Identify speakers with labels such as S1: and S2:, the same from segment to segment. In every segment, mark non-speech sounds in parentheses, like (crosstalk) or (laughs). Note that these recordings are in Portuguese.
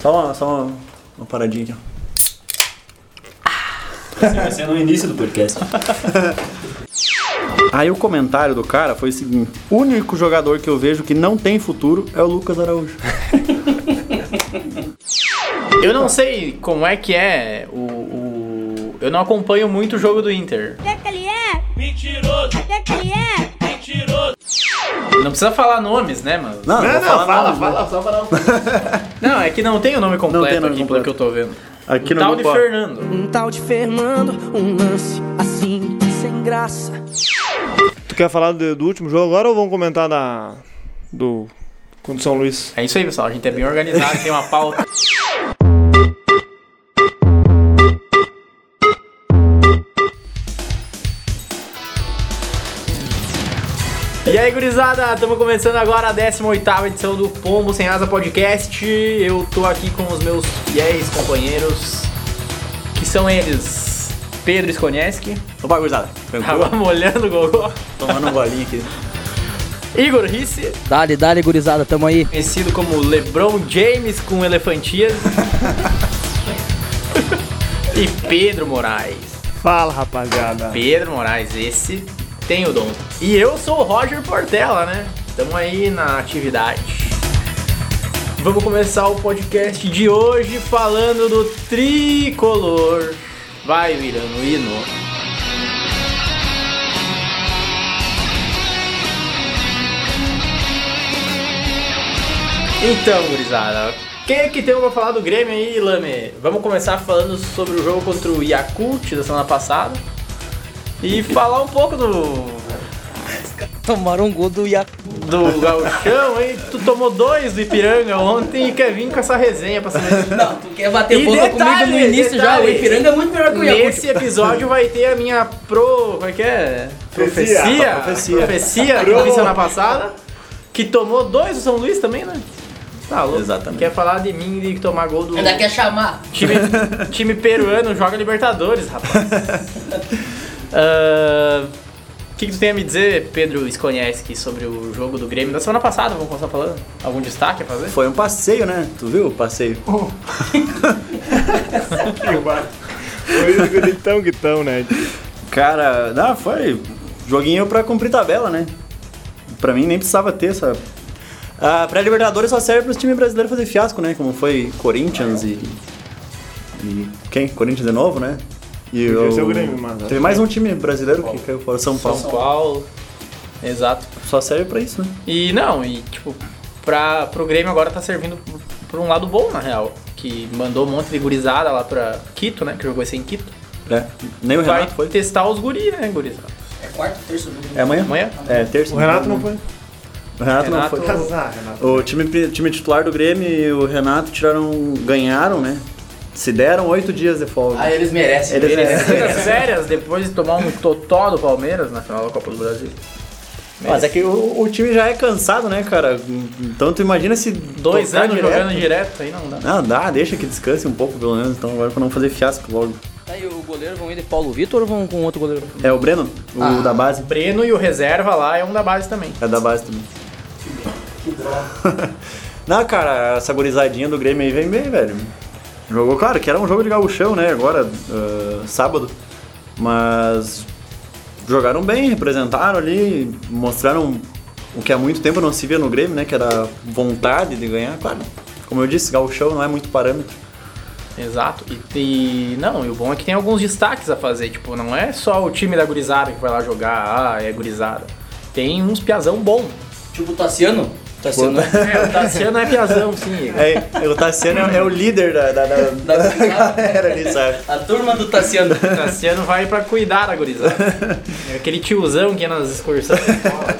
S1: Só uma, só uma, uma paradinha aqui, ó.
S2: Assim, vai ser no início do podcast.
S1: Aí o comentário do cara foi o seguinte: o único jogador que eu vejo que não tem futuro é o Lucas Araújo.
S3: Eu não sei como é que é o, o- Eu não acompanho muito o jogo do Inter.
S4: Quer que ele é? Mentiroso! Quer que ele é?
S3: Não precisa falar nomes, né, mano?
S1: Não,
S5: Não,
S1: vou
S5: não,
S1: falar
S5: fala,
S1: nomes, né?
S5: fala, só um- fala.
S3: Não, é que não tem o nome completo
S1: tem nome
S3: aqui,
S1: completo.
S3: pelo que eu tô vendo.
S1: Aqui
S3: o
S1: no
S3: tal de
S1: grupo, ó.
S3: Fernando.
S6: Um tal de Fernando, um lance assim, sem graça.
S5: Tu quer falar do, do último jogo agora ou vamos comentar da. do. contra o São Luís?
S3: É isso aí, pessoal. A gente é bem organizado, tem uma pauta. E aí, gurizada, estamos começando agora a 18ª edição do Pombo Sem Asa Podcast. Eu tô aqui com os meus fiéis companheiros, que são eles, Pedro Skonieski,
S1: Opa, gurizada. Tranquilo?
S3: tava molhando o gogó,
S1: Tomando um golinho aqui.
S3: Igor Risse,
S6: Dale, dale, gurizada, tamo aí.
S3: conhecido como LeBron James com
S5: (laughs)
S3: elefantias, e Pedro Moraes.
S5: Fala, rapaziada.
S3: Pedro Moraes, esse tem o dom. E eu sou o Roger Portela, né? Estamos aí na atividade. Vamos começar o podcast de hoje falando do tricolor. Vai, virando o hino. Então, gurizada, quem é que tem pra falar do Grêmio aí, Lame? Vamos começar falando sobre o jogo contra o Yakult da semana passada. E falar um pouco do.
S6: Tomaram um gol do Iac.
S3: do Gauchão, hein? Tu tomou dois do Ipiranga ontem e quer vir com essa resenha pra saber.
S6: Não, tu quer bater
S3: E
S6: boca
S3: detalhe,
S6: comigo no início já. O
S3: detalhe.
S6: Ipiranga é muito melhor que o Iacu.
S3: (laughs) Nesse episódio vai ter a minha pro. Como é que é?
S5: Profecia.
S3: Profecia.
S1: Profecia.
S3: Profecia que eu vi semana passada. Que tomou dois do São Luís também, né? Tá louco.
S1: Exatamente.
S3: Quer falar de mim e de tomar gol do.
S6: Ainda quer chamar.
S3: Time, time peruano joga Libertadores, rapaz. (laughs) Ah, O que, que tu tem a me dizer, Pedro Skonieski, sobre o jogo do Grêmio da semana passada? Vamos começar falando? Algum destaque a fazer?
S1: Foi um passeio, né? Tu viu o passeio?
S5: Oh. (laughs) Foi gritão, gritão, né?
S1: Cara, não, foi joguinho pra cumprir tabela, né? Pra mim nem precisava ter essa. A pré-Libertadores só serve pros times brasileiros fazer fiasco, né? Como foi Corinthians e. e quem? Corinthians de novo, né? E
S5: Podia ser o Grêmio, mas-
S1: Teve mais um time brasileiro que caiu fora, São Paulo.
S3: São Paulo. Exato.
S1: Só serve pra isso, né?
S3: E não, e tipo, pra, pro Grêmio agora tá servindo por um lado bom, na real. Que mandou um monte de gurizada lá pra Quito, né? Que jogou esse em Quito.
S1: É. Nem o
S3: Vai
S1: Renato foi.
S3: testar os guri, né, gurizada?
S1: É amanhã?
S3: Amanhã?
S1: É, terça.
S5: O Renato não foi.
S1: O Renato, não
S3: Renato-
S1: foi.
S5: Casar, Renato.
S1: O time, pri- time titular do Grêmio e o Renato tiraram, ganharam, né? Se deram oito dias de folga. É,
S7: Ah, eles merecem.
S1: Eles-
S3: Eles têm as férias depois de tomar um totó do Palmeiras na final da Copa do Brasil.
S1: (laughs) Mas é que o, o time já é cansado, né, cara? Então tu imagina se
S3: Dois
S1: tocar
S3: anos
S1: direto.
S3: jogando direto aí não dá.
S1: Não, dá, deixa que descanse um pouco pelo menos, então agora pra não fazer fiasco logo.
S6: Tá aí, o goleiro vão ir de Paulo Vitor ou vão com outro goleiro?
S1: É o Breno, o da base.
S3: O Breno e o reserva lá é um da base também.
S1: É da base também. (laughs) não, cara, essa gurizadinha do Grêmio aí vem bem, velho. Jogou, claro, que era um jogo de gaúchão, né? Agora, ah, sábado. Mas jogaram bem, representaram ali, mostraram o que há muito tempo não se via no Grêmio, né? Que era vontade de ganhar. Claro, como eu disse, gaúchão não é muito parâmetro.
S3: Exato. E, e- não, e o bom é que tem alguns destaques a fazer. Tipo, não é só o time da gurizada que vai lá jogar, ah, é gurizada. Tem uns piazão bom.
S7: Tipo o Tassiano. Tassiano.
S3: É, o Tassiano é piazão, sim.
S1: É, o Tassiano é é o líder da, da, da-
S7: Da
S1: (laughs)
S7: gurizada.
S1: galera ali, sabe?
S7: A turma do Tassiano.
S3: O Tassiano vai pra cuidar da gurizada. É aquele tiozão que é nas excursões.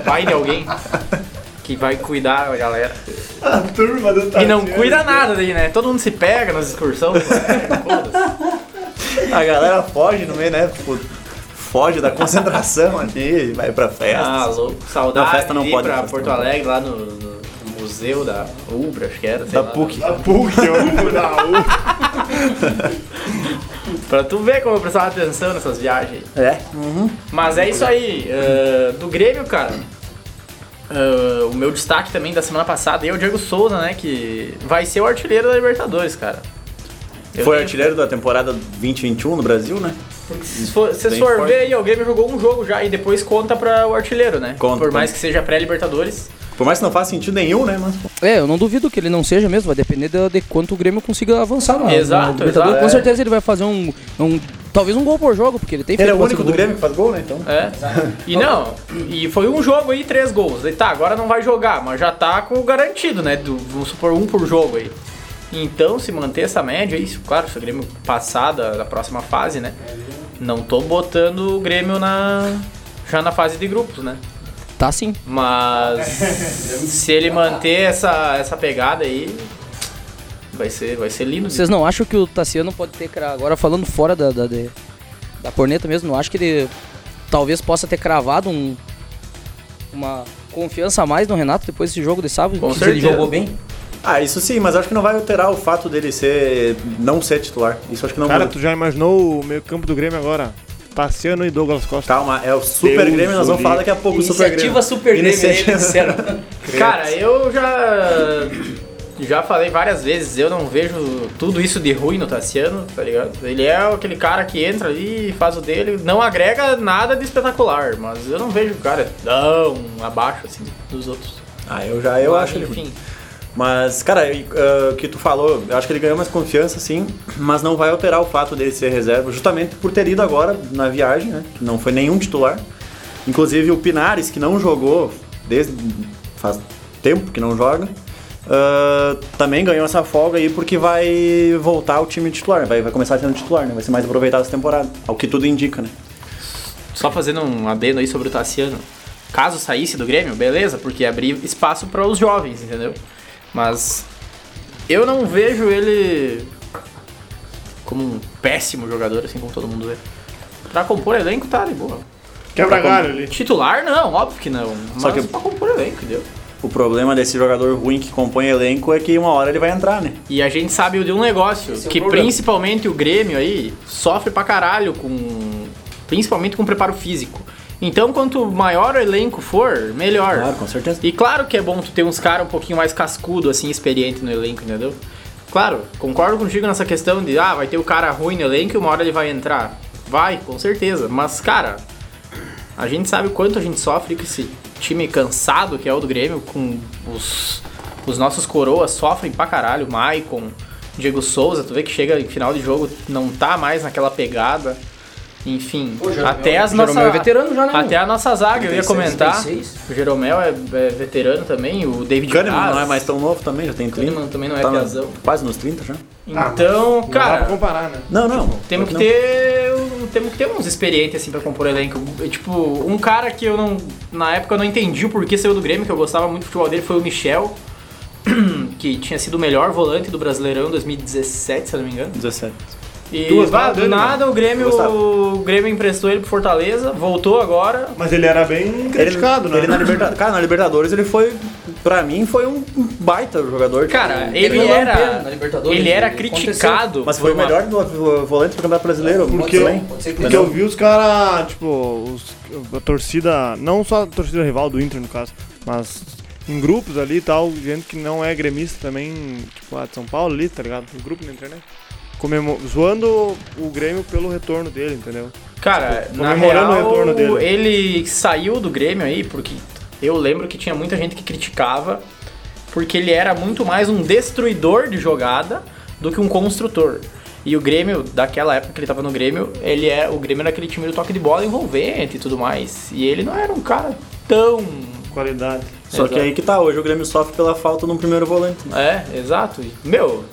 S3: Pai de alguém que vai cuidar da galera.
S5: A turma do
S3: E não
S5: Tassiano.
S3: cuida nada daí, né? Todo mundo se pega nas
S1: (laughs)
S3: excursões. pô. É, foda-se.
S1: A galera foge no meio, né? Tipo, foge da concentração ali, vai pra festa.
S3: Ah, louco. Saudade
S1: Não, festa não
S3: de ir
S1: pode,
S3: pra
S1: festa
S3: Porto
S1: não pode.
S3: Alegre, lá no, no- no museu da Ubra, acho que era. sei
S1: da
S3: lá.
S1: PUC.
S5: A PUC, eu vou dar o.
S3: Pra tu ver como eu prestava atenção nessas viagens.
S1: É.
S3: eh, Mas é isso aí. ah, do Grêmio, cara. ah, o meu destaque também da semana passada é o Diego Souza, né? Que vai ser o artilheiro da Libertadores, cara. Eu
S1: Foi
S3: tenho-
S1: artilheiro da temporada 2021 no Brasil, né?
S3: Se for, se
S1: Bem
S3: for
S1: forte.
S3: ver aí, o Grêmio jogou um jogo já e depois conta para o artilheiro, né?
S1: Conta,
S3: Por mais
S1: conta.
S3: que seja pré-Libertadores.
S1: Por mais que não faça sentido nenhum, né? Mas pô,
S8: É, eu não duvido que ele não seja mesmo, vai depender de, de quanto o Grêmio consiga avançar na,
S3: Exato,
S8: na Libertadores.
S3: exato,
S8: Com
S3: é.
S8: certeza ele vai fazer um, um- talvez um gol por jogo, porque ele tem
S1: ele é o
S8: bastante
S1: único do
S8: gol.
S1: Grêmio que faz gol, né? Então.
S3: É. E não, e foi um jogo aí, três gols. E tá, agora não vai jogar, mas já tá com o garantido, né? Do, vamos supor, um por jogo aí. Então, se manter essa média, isso, claro, se o Grêmio passar da, da próxima fase, né? Não tô botando o Grêmio na. já na fase de grupos, né?
S8: Tá sim.
S3: Mas se ele manter essa, essa pegada aí, vai ser, vai ser lindo.
S8: Vocês não acham que o Tassiano pode ter cra- agora falando fora da, da, de- da corneta mesmo, não acho que ele talvez possa ter cravado um- uma confiança a mais no Renato depois desse jogo de sábado,
S3: Com
S8: que ele
S3: certeza.
S8: jogou bem?
S1: Ah, isso sim, mas acho que não vai alterar o fato dele ser não ser titular. Isso acho que não
S5: Cara,
S1: muda.
S5: tu já imaginou o meio campo do Grêmio agora? Tassiano e Douglas Costa.
S1: Calma, é o Super
S5: Deus
S1: Grêmio, nós vamos
S5: o
S1: falar daqui a pouco o Super Grêmio.
S7: Iniciativa Super
S8: né?
S7: Grêmio, aí,
S1: Inicia-
S7: eles disseram.
S3: Cara, eu já já falei várias vezes, eu não vejo tudo isso de ruim no Tassiano, tá ligado? Ele é aquele cara que entra ali e faz o dele, não agrega nada de espetacular, mas eu não vejo o cara tão abaixo assim dos outros.
S1: (laughs) Ah, eu já eu
S3: Mas,
S1: acho ele ruim.
S3: enfim.
S1: Mas, cara, e, ah, o que tu falou, eu acho que ele ganhou mais confiança, sim, mas não vai alterar o fato dele ser reserva, justamente por ter ido agora na viagem, né? Que não foi nenhum titular. Inclusive o Pinares, que não jogou desde faz tempo que não joga, ah, também ganhou essa folga aí porque vai voltar ao time titular, né, vai, vai começar sendo titular, né? Vai ser mais aproveitado essa temporada, ao que tudo indica, né?
S3: Só fazendo um adendo aí sobre o Tassiano. Caso saísse do Grêmio, beleza, porque abrir espaço para os jovens, entendeu? Mas eu não vejo ele como um péssimo jogador, assim como todo mundo vê. Pra compor elenco, tá de boa.
S5: Quebra
S3: Pra
S5: galho
S3: com-
S5: ali.
S3: Titular, não, óbvio que não. Mas
S1: Só que-
S3: pra compor elenco, deu.
S1: O problema desse jogador ruim que compõe elenco é que uma hora ele vai entrar, né?
S3: E a gente sabe de um negócio,
S7: Esse é o
S3: que
S7: problema.
S3: principalmente o Grêmio aí sofre pra caralho com. Principalmente com preparo físico. Então, quanto maior o elenco for, melhor.
S1: Claro, com certeza.
S3: E claro que é bom tu ter uns caras um pouquinho mais cascudo, assim, experiente no elenco, entendeu? Claro, concordo contigo nessa questão de, ah, vai ter o cara ruim no elenco e uma hora ele vai entrar. Vai, com certeza. Mas, cara, a gente sabe o quanto a gente sofre com esse time cansado que é o do Grêmio, com os, os nossos coroas sofrem pra caralho. Maicon, Diego Souza, tu vê que chega em final de jogo, não tá mais naquela pegada. Enfim, (laughs) até as nossas.
S8: Jeromel é veterano já, né,
S3: Até a nossa zaga, eu ia
S8: 36,
S3: comentar.
S8: 36.
S3: O Jeromel é, é veterano também, o David
S1: Kahneman
S3: Braz.
S1: não é mais tão novo também, já tem 30.
S3: Kahneman também não é
S1: Tá na-
S3: piazão.
S1: quase nos 30 já.
S3: Então,
S5: Ah, Não dá pra
S3: cara,
S5: comparar, né?
S1: Não, não.
S3: temos que
S1: Não.
S3: ter. um- Temos que ter uns experientes assim pra compor elenco. É, Tipo, um cara que eu não. Na época eu não entendi o porquê saiu do Grêmio, que eu gostava muito do futebol dele, foi o Michel. (clears throat) Que tinha sido o melhor volante do Brasileirão em 2017, se eu não me engano.
S1: 17.
S3: E
S5: Tu gostava
S3: bah, do
S5: dele,
S3: nada o Grêmio,
S1: Eu gostava.
S3: o Grêmio emprestou ele pro Fortaleza, voltou agora.
S5: Mas ele era bem criticado,
S1: ele, ele
S5: né?
S1: na Libertadores, cara, na Libertadores ele foi, pra mim, foi um baita jogador.
S3: Cara,
S1: Tipo,
S3: ele é-
S7: Ele não
S3: era.
S7: pena na Libertadores,
S3: Ele era
S7: ele
S3: criticado.
S1: mas foi o
S3: por uma-
S1: melhor do, do- volante do Campeonato Brasileiro.
S5: Por
S1: muito
S5: quê?
S1: bem.
S7: Pode ser que
S5: Porque eu vi os caras, tipo, os- a torcida, não só a torcida rival do Inter, no caso, mas em grupos ali e tal, gente que não é gremista também, tipo, lá de São Paulo ali, tá ligado? Um grupo na internet. Comemo zoando o Grêmio pelo retorno dele, entendeu?
S3: Cara, na
S5: tipo, comemorando
S3: real,
S5: o retorno dele.
S3: ele saiu do Grêmio aí, porque eu lembro que tinha muita gente que criticava, porque ele era muito mais um destruidor de jogada do que um construtor. E o Grêmio, daquela época que ele tava no Grêmio, ele é, o Grêmio era aquele time do toque de bola envolvente e tudo mais. E ele não era um cara tão.
S5: Qualidade.
S1: Só que aí que tá, hoje o Grêmio sofre pela falta de um primeiro volante.
S3: É, exato. E, Meu,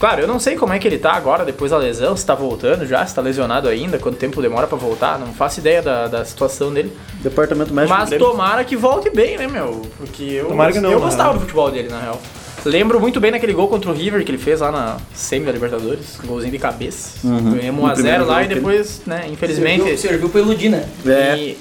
S3: claro, eu não sei como é que ele tá agora depois da lesão, se tá voltando já, se tá lesionado ainda, quanto tempo demora pra voltar, não faço ideia da- da situação dele.
S1: Departamento médico
S3: Mas
S1: do Grêmio.
S3: tomara que volte bem, né, meu? Porque eu,
S5: Tomara que não,
S3: eu
S1: né?
S5: na
S3: gostava
S5: real.
S3: do futebol dele, na real. Lembro muito bem daquele gol contra o River que ele fez lá na semi da Libertadores, um golzinho de cabeça. Ganhamos
S1: Uhum. No
S3: 1x0
S1: primeiro
S3: lá e
S1: jogo que
S3: depois, né,
S7: Serviu,
S3: infelizmente.
S7: serviu pra iludir, né?
S1: É,
S3: e-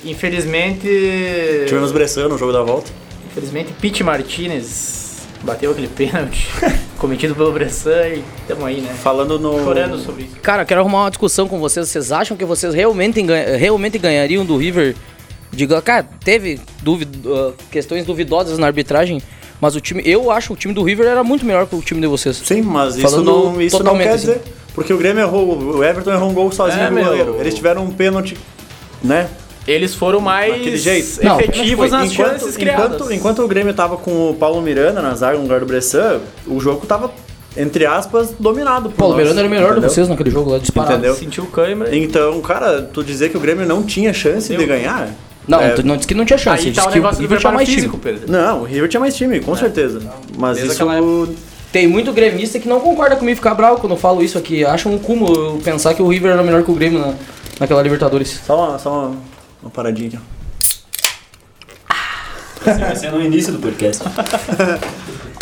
S3: infelizmente.
S1: tivemos Bressan no jogo da volta.
S3: Infelizmente, Pete Martinez bateu aquele pênalti (laughs) cometido pelo Bressan e tamo aí, né?
S1: Falando no...
S3: Chorando sobre isso.
S8: Cara, eu quero arrumar uma discussão com vocês. Vocês acham que vocês realmente, engan- realmente ganhariam do River Diga, cara, teve dúvida, ah, questões duvidosas na arbitragem, mas o time, eu acho que o time do River era muito melhor que o time de vocês.
S1: Sim, mas isso
S8: Falando
S1: não, isso não
S8: totalmente,
S1: quer
S8: assim.
S1: dizer. Porque o Grêmio errou, o Everton errou um gol sozinho
S3: É,
S1: do
S3: meu.
S1: goleiro. Eles tiveram um pênalti, né?
S3: Eles foram mais
S1: Daquele jeito.
S8: Não,
S3: efetivos nas chances criadas.
S1: enquanto, enquanto o Grêmio tava com o Paulo Miranda na zaga no lugar do Bressan, o jogo tava, entre aspas, dominado por
S8: Pô, o
S1: nós,
S8: Miranda era o melhor de
S1: entendeu?
S8: vocês naquele jogo lá, disparado.
S1: Entendeu?
S3: Sentiu câimbra.
S1: Então, cara, tu dizer que o Grêmio não tinha chance de ganhar.
S8: Não,
S1: é,
S8: tu não disse que não assim, tinha chance,
S3: Aí
S8: disse
S3: tá o
S8: que o
S3: negócio do
S8: River tinha
S3: preparo
S8: mais
S3: físico,
S8: time.
S3: Pedro.
S1: Não, o River tinha mais time, com certeza. Mas
S8: Desde
S1: isso
S8: aquela Tem muito gremista que não concorda comigo ficar bravo quando eu falo isso aqui. Acha um cúmulo eu pensar que o River era melhor que o Grêmio na, naquela Libertadores.
S1: Só uma, só uma, uma paradinha aqui. ó.
S2: Vai ser no início do podcast.
S1: (laughs)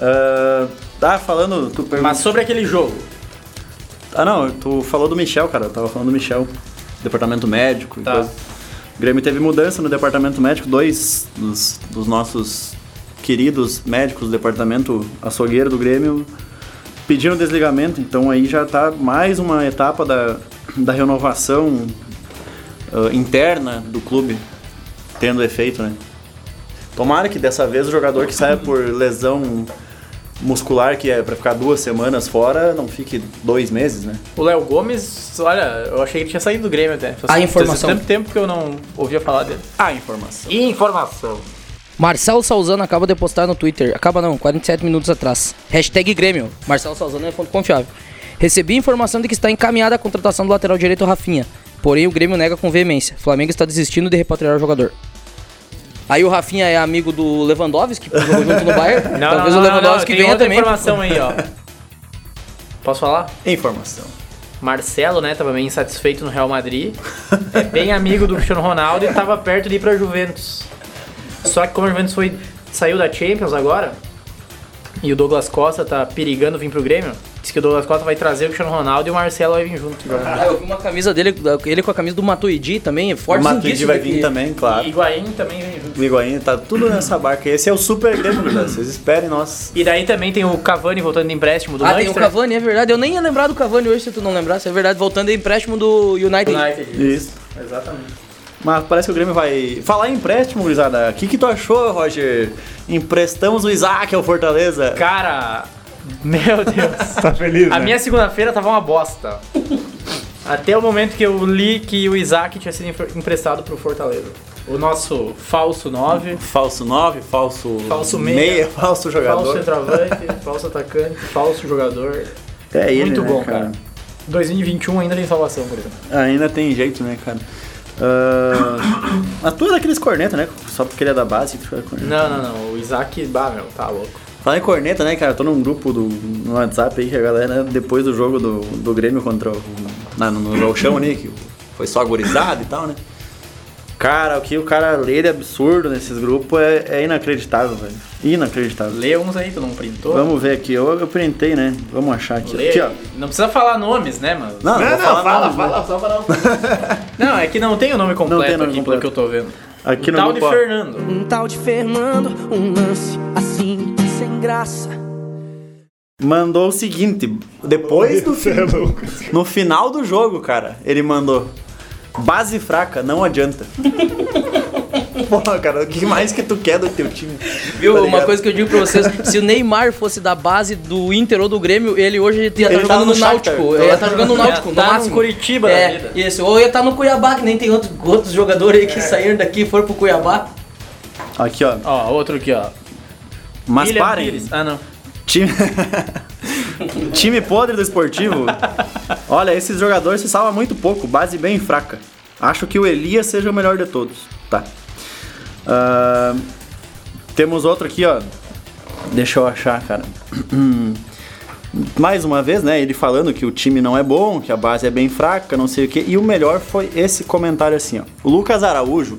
S1: Ah, tá falando. Tu pergun-
S3: Mas sobre aquele jogo,
S1: Ah, não, tu falou do Michel, cara. Eu tava falando do Michel. Departamento médico e
S3: Tá.
S1: coisa. O Grêmio teve mudança no departamento médico. Dois dos, dos nossos queridos médicos do departamento açougueiro do Grêmio pediram desligamento. Então aí já tá mais uma etapa da, da renovação ah, interna do clube tendo efeito, né? Tomara que dessa vez o jogador que saia por lesão muscular, que é pra ficar duas semanas fora, não fique dois meses, né?
S3: o Léo Gomes, olha, eu achei que ele tinha saído do Grêmio até. Faz-
S8: A informação.
S3: Faz tanto tempo que eu não ouvia falar dele.
S1: A informação.
S3: Informação.
S8: Marcelo Salzano acaba de postar no Twitter. Acaba não, 47 minutos atrás. Hashtag Grêmio. Marcelo Salzano é fonte confiável. Recebi informação de que está encaminhada a contratação do lateral direito Rafinha. Porém, o Grêmio nega com veemência. Flamengo está desistindo de repatriar o jogador. Aí o Rafinha é amigo do Lewandowski, que jogou junto no Bayern.
S3: (laughs) Não,
S8: Talvez
S3: não, não,
S8: o
S3: não,
S8: Lewandowski
S3: tem
S8: venha
S3: outra
S8: também.
S3: informação aí,
S8: (laughs)
S3: ó. Posso falar?
S1: Informação.
S3: Marcelo, né, tava meio insatisfeito no Real Madrid. É bem amigo do Cristiano Ronaldo e tava perto de ir pra Juventus. Só que como a Juventus foi, saiu da Champions agora, e o Douglas Costa tá perigando vir pro Grêmio, diz que o Douglas Costa vai trazer o Cristiano Ronaldo e o Marcelo vai vir junto.
S8: Ah, eu vi uma camisa dele, ele com a camisa do Matuidi também, é
S1: O
S8: forte
S1: Matuidi vai vir também,
S3: um E
S1: claro.
S3: Higuaín também vem junto.
S1: O Higuaín tá tudo nessa barca. Esse é o Super Grêmio, galera. Vocês esperem nós.
S3: E daí também tem o Cavani voltando de empréstimo do
S8: Ah, tem o
S3: Manchester.
S8: Cavani, é verdade. Eu nem ia lembrar do Cavani hoje se tu não lembrasse, é verdade. Voltando é empréstimo do United.
S3: United.
S1: Isso.
S3: Exatamente.
S1: Mas parece que o Grêmio vai. Falar em empréstimo, gurizada. O que, que tu achou, Roger? Emprestamos o Isaac ao Fortaleza.
S3: Cara, meu Deus.
S8: (laughs)
S5: Tá feliz,
S3: A
S5: né?
S3: minha segunda-feira tava uma bosta. Até o momento que eu li que o Isaac tinha sido empre- emprestado pro Fortaleza. O nosso falso 9,
S1: Falso 9, falso.
S3: Falso meia.
S1: falso
S3: falso
S1: jogador.
S3: centroavante, (laughs) falso atacante, falso jogador.
S1: é ele,
S3: Muito
S1: né, Ah,
S3: bom, cara. 2021 ainda tem salvação, por exemplo.
S1: Ainda tem jeito, né, cara? Ah, (coughs) mas tu é daqueles corneta, né? Só porque ele é da base que tu é corneta.
S3: Não, não, não. O Isaac, bah, meu, tá louco.
S1: Falar em corneta, né, cara? Tô num grupo do, no WhatsApp aí que a galera, depois do jogo do, do Grêmio contra o. Na, no, no Galchão ali, que foi só agorizado e tal, né? Cara, o que o cara lê de absurdo nesses grupos é, é inacreditável, velho. Inacreditável.
S3: Lê uns aí, tu não printou?
S1: Vamos ver aqui, eu, eu printei, né? Vamos achar aqui.
S3: Lê.
S1: Aqui, ó.
S3: Não precisa falar nomes, né, mano?
S1: Não, não, fala, né?
S3: fala, só fala. Não, é que não tem o nome completo
S1: Não tem nome
S3: aqui,
S1: completo.
S3: pelo que eu tô vendo.
S1: Aqui
S3: o
S1: no
S3: tal de
S1: grupo, ó.
S3: Fernando.
S6: Um tal de Fernando, um lance assim, sem graça.
S1: Mandou o seguinte, depois do
S5: (laughs) Você é louco.
S1: No final do jogo, cara, ele mandou. Base fraca, não adianta. (laughs) Porra, cara, o que mais que tu quer do teu time?
S8: Viu?
S1: Tá
S8: uma
S1: ligado?
S8: coisa que eu digo pra vocês: se o Neymar fosse da base do Inter ou do Grêmio, ele hoje ia estar
S1: Ele
S8: jogando
S1: tava
S8: no
S1: no Shakhtar.
S8: Náutico. Ele ia estar jogando no
S3: Ia
S8: Náutico, no
S3: tá no
S8: máximo.
S3: Curitiba da
S8: é,
S3: vida.
S8: Isso, ou ia estar no Cuiabá, que nem tem outro- outros jogadores aí que saíram daqui e foram pro Cuiabá.
S1: Aqui, ó.
S3: Ó, outro aqui, ó.
S1: Mas
S3: William
S1: parem.
S3: Pires. Ah, não.
S1: Time... (laughs) time podre do esportivo. Olha, esses jogadores se salvam muito pouco, base bem fraca. Acho que o Elias seja o melhor de todos. Tá. Ah, temos outro aqui, ó. Deixa eu achar, cara. (clears throat) Mais uma vez, né? Ele falando que o time não é bom, que a base é bem fraca, não sei o quê. E o melhor foi esse comentário assim, ó. O Lucas Araújo,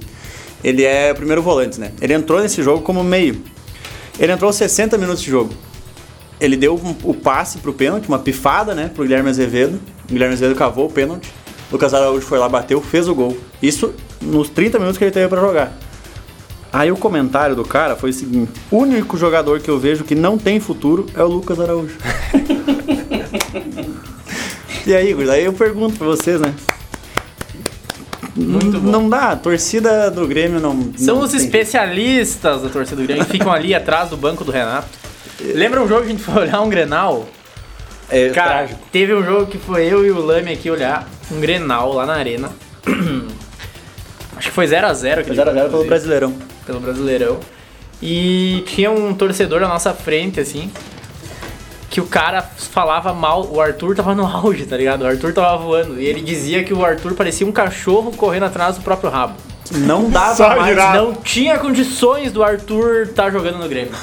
S1: ele é o primeiro volante, né? Ele entrou nesse jogo como meio. Ele entrou aos 60 minutos de jogo. Ele deu um- o passe pro pênalti, uma pifada, né, pro Guilherme Azevedo. O Guilherme Azevedo cavou o pênalti. Lucas Araújo foi lá, bateu, fez o gol. Isso nos 30 minutos que ele teve pra jogar. Aí o comentário do cara foi o seguinte: o único jogador que eu vejo que não tem futuro é o Lucas Araújo. (laughs) e aí, Guri, aí eu pergunto pra vocês, né?
S3: Muito bom.
S1: Não dá, a torcida do Grêmio não.
S3: São
S1: não
S3: os
S1: tem-
S3: especialistas da torcida do Grêmio que ficam ali atrás do banco do Renato. Lembra um jogo que a gente foi olhar um Grenal?
S1: É,
S3: Cara,
S1: trágico.
S3: teve um jogo que foi eu e o Lame aqui olhar um Grenal lá na arena. (clears throat) Acho que foi 0x0
S1: 0x0
S3: aquele jogo,
S1: pelo
S3: inclusive,
S1: Brasileirão.
S3: pelo Brasileirão. E tinha um torcedor na nossa frente, assim, que o cara falava mal, o Arthur tava no auge, tá ligado? O Arthur tava voando. E ele dizia que o Arthur parecia um cachorro correndo atrás do próprio rabo.
S1: Não dava
S5: Só
S1: mais.
S5: girar.
S3: Não tinha condições do Arthur estar jogando no Grêmio.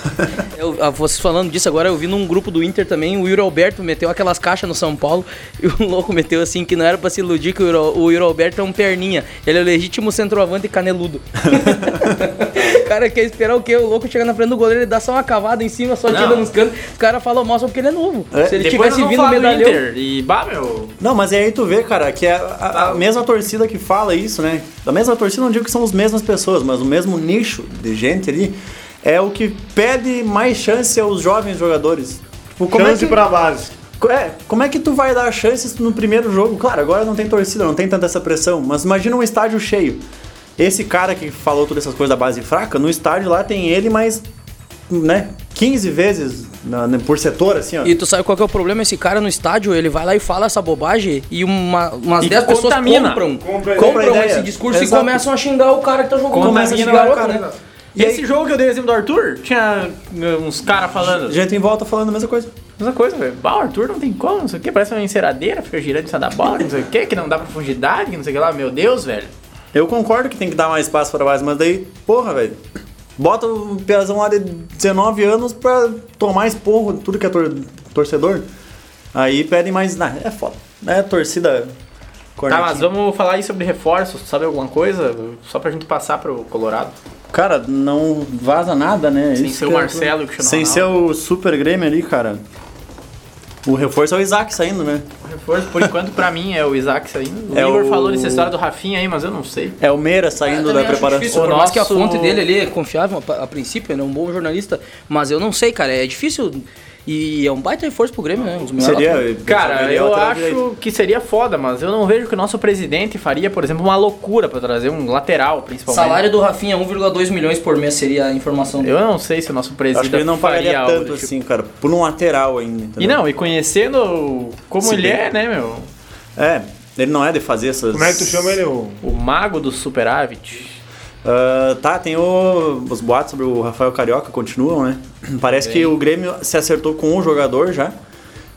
S8: Eu, ah, vocês falando disso agora, eu vi num grupo do Inter também, o Yuri Alberto meteu aquelas caixas no São Paulo (laughs) e o louco meteu assim que não era pra se iludir que o Yuri, o Yuri Alberto é um perninha. Ele é o legítimo centroavante caneludo. o cara quer esperar o quê? O louco chega na frente do goleiro, ele dá só uma cavada em cima, só tira
S3: Não.
S8: nos cantos. O cara fala mal só porque ele é novo. se ele
S3: Depois
S8: tivesse
S3: nós
S8: vindo
S3: vamos falar do
S8: medalhão...
S3: Inter. E, bah, meu,
S1: Não, mas aí tu vê, cara, que é a, a mesma torcida que fala isso, né? Da mesma torcida, não digo que são as mesmas pessoas, mas o mesmo nicho de gente ali é o que pede mais chance aos jovens jogadores. Tipo, como
S5: Chance
S1: é que,
S5: pra base.
S1: É, como é que tu vai dar chances no primeiro jogo? Claro, agora não tem torcida, não tem tanta essa pressão, mas imagina um estádio cheio. Esse cara que falou todas essas coisas da base fraca, no estádio lá tem ele mais, né, 15 vezes na- na- por setor, assim, ó.
S8: E tu sabe qual que é o problema? Esse cara no estádio, ele vai lá e fala essa bobagem e uma, umas
S3: E
S8: 10 pessoas
S3: contamina.
S8: compram,
S5: Compra a
S8: compram
S1: ideia.
S8: esse discurso
S1: Exato.
S8: e começam a xingar o cara que tá jogando.
S1: Começa a
S8: Esse
S1: xingar o
S8: garoto,
S1: cara.
S8: né?
S1: E
S3: esse jogo que eu dei o exemplo do Arthur, tinha eh, uns caras falando.
S1: Gente em volta falando a mesma coisa.
S3: Mesma coisa, velho. Bah, o Arthur não tem como, não sei o que, parece uma enceradeira, fica girando em cima da bola, não sei o que, que não dá profundidade, que não sei o que lá. Meu Deus, velho.
S1: Eu concordo que tem que dar mais espaço pra base, mas daí, porra, velho. Bota um piazão lá de 19 anos pra tomar esporro de tudo que é tor- torcedor. Aí pedem mais. Nah, é foda. É torcida.
S3: Tá,
S1: cornetinha.
S3: mas vamos falar aí sobre reforços, sabe alguma coisa? Só pra gente passar pro Colorado.
S1: Cara, não vaza nada, né?
S3: Sem
S1: Isso
S3: ser o
S1: que é-
S3: Marcelo e o Cristiano
S1: Sem ser o Super Grêmio ali, cara. O reforço é o Isaac saindo, né?
S3: Reforço, por enquanto, pra mim, é o Isaac saindo. O
S1: É
S3: Igor
S1: o-
S3: falou dessa história do Rafinha aí, mas eu não sei.
S1: É o Meira saindo
S8: Eu
S1: da
S8: também acho
S1: preparação.
S8: difícil, por
S3: O
S8: mais que a
S3: nosso-
S8: fonte dele ali é confiável a, a princípio, ele é um bom jornalista, mas eu não sei, cara, é difícil e é um baita reforço pro Grêmio, né? Os melhores atletas.
S1: Seria.
S3: Cara,
S1: seria
S3: eu
S1: é lateral
S3: acho
S1: direito.
S3: que seria foda, mas eu não vejo que o nosso presidente faria, por exemplo, uma loucura pra trazer um lateral,
S8: O
S3: principalmente.
S8: salário do Rafinha 1,2 milhões por mês seria a informação dele.
S3: Eu não sei se o nosso presidente
S1: Acho que ele não
S3: faria
S1: pagaria
S3: algo
S1: tanto
S3: do tipo.
S1: assim, cara. Por um lateral ainda.
S3: E
S1: entendeu?
S3: não, e conhecendo como
S1: Se
S3: ele
S1: bem-
S3: é, né, meu?
S1: É, ele não é de fazer essas.
S5: Como é que tu chama ele? O...
S3: O mago do superávit.
S1: Ah, tá, tem o- os boatos sobre o Rafael Carioca, continuam, né? Parece que o Grêmio se acertou com um jogador já.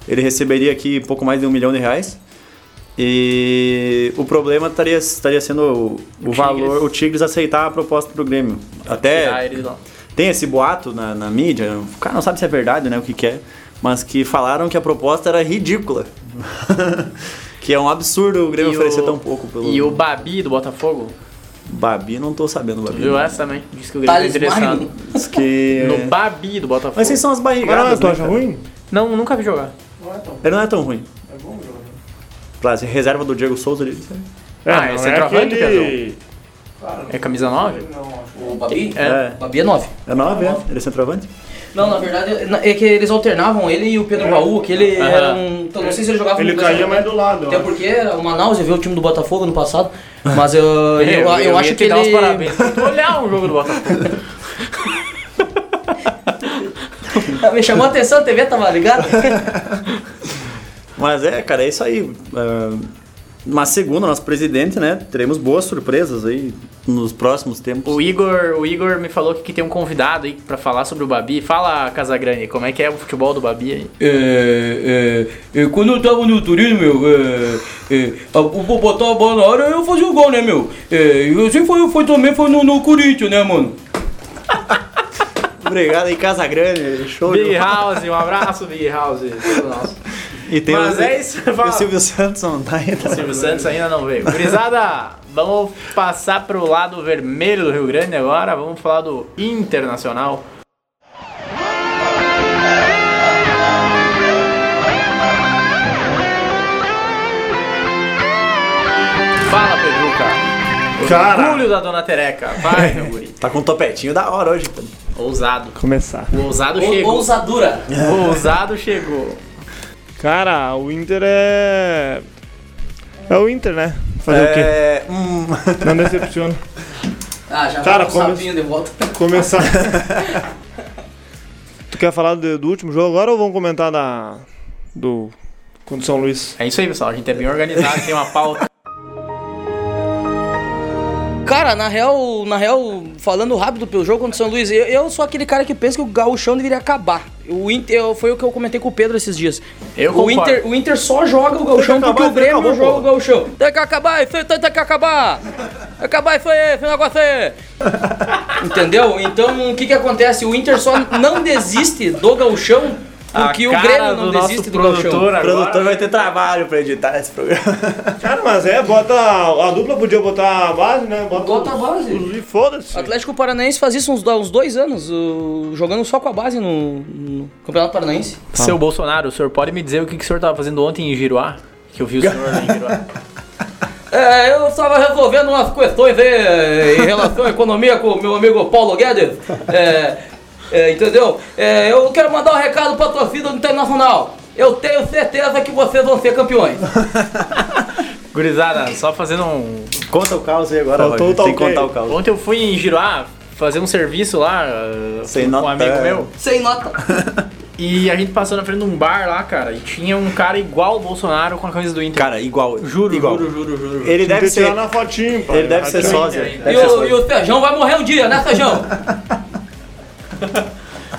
S1: Ele receberia aqui pouco mais de um milhão de reais. E o problema estaria, estaria sendo o, o
S3: Tigres.
S1: valor, o Tigres aceitar a proposta do Grêmio.
S3: Tirar
S1: Até
S3: ele lá.
S1: tem esse boato na, na mídia, o cara não sabe se é verdade, né? O que, que é, mas que falaram que a proposta era ridícula. (laughs) que é um absurdo o Grêmio
S3: E
S1: oferecer
S3: o-
S1: tão pouco pelo.
S3: E o Babi do Botafogo,
S1: Babi, não tô sabendo, Babi.
S3: viu essa também? Diz que o Grêmio tá interessado.
S8: Talismã.
S1: Diz que-
S3: No Babi do Botafogo.
S1: É. Mas vocês são as
S5: Mas
S1: barrigadas.
S5: não, tu
S1: né,
S5: acha
S1: cara?
S5: ruim?
S3: Não, nunca vi jogar.
S1: Ele não é tão ruim. É bom jogo. Pra ser reserva do Diego Souza, ele.
S3: Ah, é
S5: não,
S3: centroavante,
S5: aquele...
S3: É camisa 9?
S8: O Babi?
S1: É.
S8: Babi é 9.
S1: É 9, é? Ele é centroavante?
S8: Não, na verdade, na- é que eles alternavam ele e o Pedro Raul, que ele era um. então, não sei se ele jogava
S5: Ele
S8: no-
S5: caía mais do lado.
S8: Até
S5: ó.
S8: porque era o Manaus, eu vi o time do Botafogo no passado,
S3: (laughs)
S8: mas eu, eu, eu,
S3: ia
S8: acho
S3: te
S8: que ele.
S3: dar os parabéns por tu olhar um jogo do Botafogo.
S8: (laughs) Me chamou a atenção, a TV tava
S3: (laughs)
S8: ligada.
S1: Mas é, cara, é isso aí. É... Mas segundo o nosso presidente, né? Teremos boas surpresas aí nos próximos tempos.
S3: O Igor, o Igor me falou que tem um convidado aí pra falar sobre o Babi. Fala, Casagrande, como é que é o futebol do Babi aí?
S7: É, é, é, quando eu tava no Turino, meu, é, é, a- o- o- botar a bola na hora eu fazia o gol, né, meu? É, eu assim foi, foi também foi no, no Corinthians, né, mano?
S1: Obrigado aí, Casagrande. Show.
S3: Big
S1: viu?
S3: House, um abraço, Big House. Todo nosso.
S1: E tem
S3: Mas
S1: o...
S3: é isso,
S1: e
S3: fala.
S1: o Silvio Santos não tá aí.
S3: O Silvio Santos ainda não veio. Gurizada, vamos passar pro lado vermelho do Rio Grande agora. Vamos falar do Internacional. Fala, Pedruca. O
S5: Cara.
S3: orgulho da Dona Tereca. Vai, meu guri.
S1: Tá com um topetinho da hora hoje. cara.
S3: Ousado.
S5: Começar.
S3: O ousado
S8: Ou-
S3: chegou.
S8: Ousadura.
S3: O ousado chegou.
S5: Cara, o Inter é. É o Inter, né? Fazer o quê?
S1: É, hum,
S5: Não decepciona.
S8: Ah, já
S5: Cara,
S8: vai com o
S5: come-
S8: sapinho de volta.
S1: (laughs)
S5: Começar. tu quer falar do, do último jogo agora ou vamos comentar da. do. Contra São Luís?
S3: É isso aí, pessoal. A gente é bem organizado, tem uma pauta.
S8: Cara, na real, na real, falando rápido pelo jogo contra o São Luís, eu, eu sou aquele cara que pensa que o gauchão deveria acabar. O Inter, eu- foi o que eu comentei com o Pedro esses dias.
S3: Eu
S8: o
S3: concordo.
S8: Inter, o Inter só joga o gauchão
S1: acabar,
S8: porque o
S1: tem que
S8: Grêmio
S1: acabar,
S8: joga
S1: pô.
S8: o gauchão. Tem que acabar, tem, tem que acabar. Acabar foi, foi um negócio aí. Entendeu? Então, o que que acontece? O Inter só não desiste do gauchão
S3: A
S8: porque (laughs) o
S3: cara
S8: Grêmio não
S3: do nosso
S8: desiste do gauchão.
S3: produtor
S1: o produtor
S3: agora.
S1: vai ter trabalho pra editar esse programa.
S5: Cara, mas é, bota. A dupla podia botar a base, né?
S8: Bota a base.
S5: E foda-se.
S8: O Atlético Paranaense faz isso uns, do- uns dois anos, o- jogando só com a base no, no Campeonato Paranaense.
S3: Seu Bolsonaro, o senhor pode me dizer o que, que o senhor tava fazendo ontem em Giruá? Que eu vi o senhor lá
S1: (laughs)
S3: em Giruá.
S8: É, eu estava resolvendo umas questões aí é, em relação à economia com o meu amigo Paulo Guedes. É, é, entendeu? É, eu quero mandar um recado para a torcida do Internacional. Eu tenho certeza que vocês vão ser campeões.
S3: Gurizada, só fazendo um.
S1: Conta o caos aí agora,
S5: Faltou
S1: Roger.
S5: o
S1: Tem que
S5: talqueio.
S1: contar o caos.
S3: Ontem eu fui em Giruá fazer um serviço lá ah,
S1: Sem
S3: com um
S1: nota. é.
S3: amigo meu.
S8: Sem nota.
S3: E a gente passou na frente de um bar lá, cara, e tinha um cara igual o Bolsonaro com a camisa do Inter.
S1: Cara, igual.
S3: juro,
S1: igual.
S3: juro, juro, juro, juro.
S1: Ele deve
S5: Tem que tirar
S1: ser.
S5: na fotinho, pai.
S1: Ele deve ser
S5: Até-
S1: sósia.
S3: ainda.
S1: Deve
S8: E
S1: ser
S8: o,
S1: sósia.
S8: e o Sejão vai morrer um dia, né, Sejão?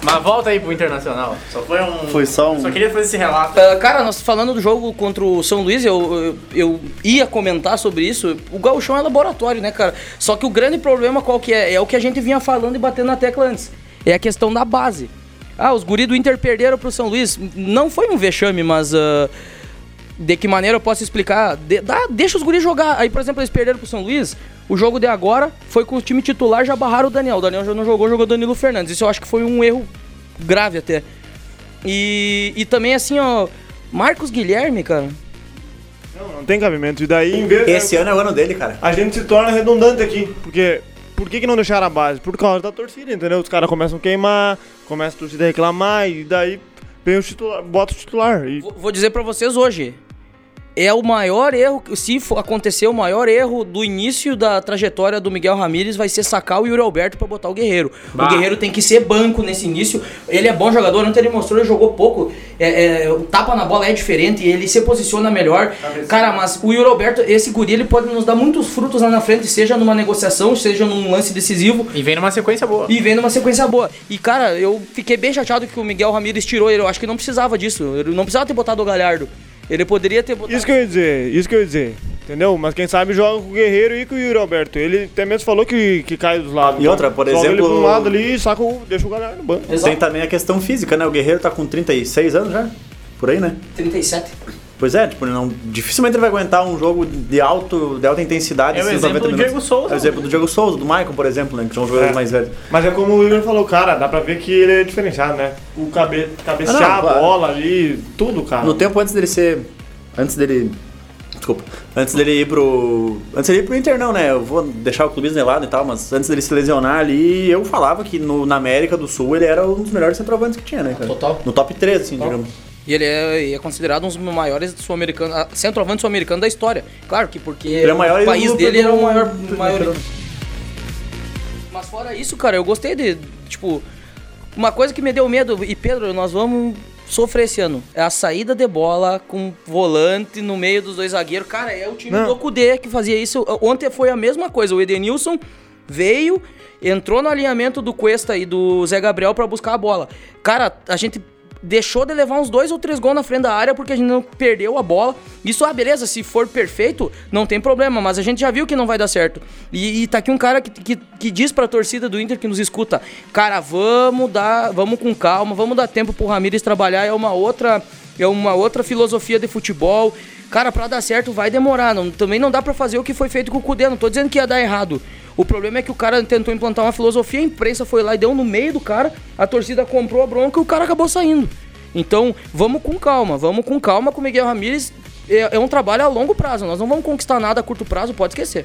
S3: Mas volta aí pro Internacional. Só foi um.
S1: Foi só um-
S3: Só queria fazer esse relato.
S8: Ah, cara, nós falando do jogo contra o São Luís, eu, eu, eu ia comentar sobre isso. O Gauchão é laboratório, né, cara? Só que o grande problema qual que é? É o que a gente vinha falando e batendo na tecla antes. É a questão da base. Ah, os guri do Inter perderam pro São Luís. Não foi um vexame, mas... ah, de que maneira eu posso explicar? De- dá- deixa os guris jogar. Aí, por exemplo, eles perderam pro São Luís. O jogo de agora foi com o time titular, já barraram o Daniel. O Daniel já não jogou, jogou o Danilo Fernandes. Isso eu acho que foi um erro grave até. E, e também assim, ó. Marcos Guilherme, cara.
S5: Não, não tem cabimento. E daí, em vez.
S1: Esse ano é o ano dele, cara.
S5: a gente se torna redundante aqui. Porque por que, que não deixaram a base? Por causa da torcida, entendeu? Os caras começam a queimar, começa a torcida a reclamar e daí vem o titular, bota o titular. E
S8: Vou, vou dizer pra vocês hoje. É o maior erro, se for acontecer o maior erro do início da trajetória do Miguel Ramírez vai ser sacar o Yuri Alberto pra botar o Guerreiro. O Guerreiro tem que ser banco nesse início. Ele é bom jogador, ontem ele mostrou, ele jogou pouco. É, é, o tapa na bola é diferente, ele se posiciona melhor. Cara, mas o Yuri Alberto, esse guri, ele pode nos dar muitos frutos lá na frente, seja numa negociação, seja num lance decisivo.
S3: E vem numa sequência boa.
S8: E vendo uma sequência boa. E, cara, eu fiquei bem chateado que o Miguel Ramírez tirou ele. Eu acho que não precisava disso. Ele não precisava ter botado o Galhardo. Ele poderia ter botado.
S5: Isso que eu ia dizer, isso que eu ia dizer. Entendeu? Mas quem sabe joga com o Guerreiro e com o Yuri Alberto. Ele até mesmo falou que, que cai dos lados.
S1: E outra, por
S5: Joga ele
S1: exemplo-
S5: pra um lado ali e saca o, deixa o galera no banco.
S8: Exato.
S1: Tem também a questão física, né? O Guerreiro tá com 36 anos já. Por aí, né?
S8: 37.
S1: Pois é, tipo, não, dificilmente ele vai aguentar um jogo de, alto, de alta intensidade.
S3: É o
S1: esses
S3: exemplo
S1: 90
S3: do
S1: minutos.
S3: Diego Souza,
S1: É o exemplo do Diego Souza, do Maicon, por exemplo, né? Que são os jogadores
S5: É.
S1: mais velhos.
S5: Mas é como o Igor falou, cara, dá pra ver que ele é diferenciado, né? O cabe, cabecear
S1: Ah, não,
S5: a
S1: claro.
S5: bola ali, tudo, cara.
S1: No tempo antes dele ser. Antes dele. Desculpa. Antes dele ir pro. Antes dele ir pro Inter, não, né? Eu vou deixar o clubismo de lado e tal, mas antes dele se lesionar ali, eu falava que no, na América do Sul ele era um dos melhores centroavantes que tinha, né? Cara?
S8: Total.
S1: No top 3, assim, digamos.
S8: E ele é, ele é considerado um dos maiores sul-americanos, ah, centroavante sul-americano da história. Claro que porque
S1: é o maior
S8: o país
S1: ídolo
S8: dele
S1: do-
S8: era o maior,
S1: do-
S8: maior. Mas fora isso, cara, eu gostei de, tipo, uma coisa que me deu medo e Pedro, nós vamos sofrer esse ano. É a saída de bola com volante no meio dos dois zagueiros. Cara, é o time
S5: Não.
S8: do Cudê que fazia isso. Ontem foi a mesma coisa. O Edenilson veio, entrou no alinhamento do Cuesta e do Zé Gabriel pra buscar a bola. Cara, a gente deixou de levar uns dois ou três gols na frente da área porque a gente não perdeu a bola. Isso, ah, beleza, se for perfeito, não tem problema, mas a gente já viu que não vai dar certo. E, e tá aqui um cara que, que, que diz pra torcida do Inter que nos escuta, cara, vamos dar, vamos com calma, vamos dar tempo pro Ramires trabalhar, é uma outra, é uma outra filosofia de futebol. Cara, pra dar certo vai demorar, não- também não dá pra fazer o que foi feito com o Cudê, não tô dizendo que ia dar errado. O problema é que o cara tentou implantar uma filosofia, a imprensa foi lá e deu no meio do cara, a torcida comprou a bronca e o cara acabou saindo. Então, vamos com calma, vamos com calma com o Miguel Ramírez. É, é um trabalho a longo prazo, nós não vamos conquistar nada a curto prazo, pode esquecer.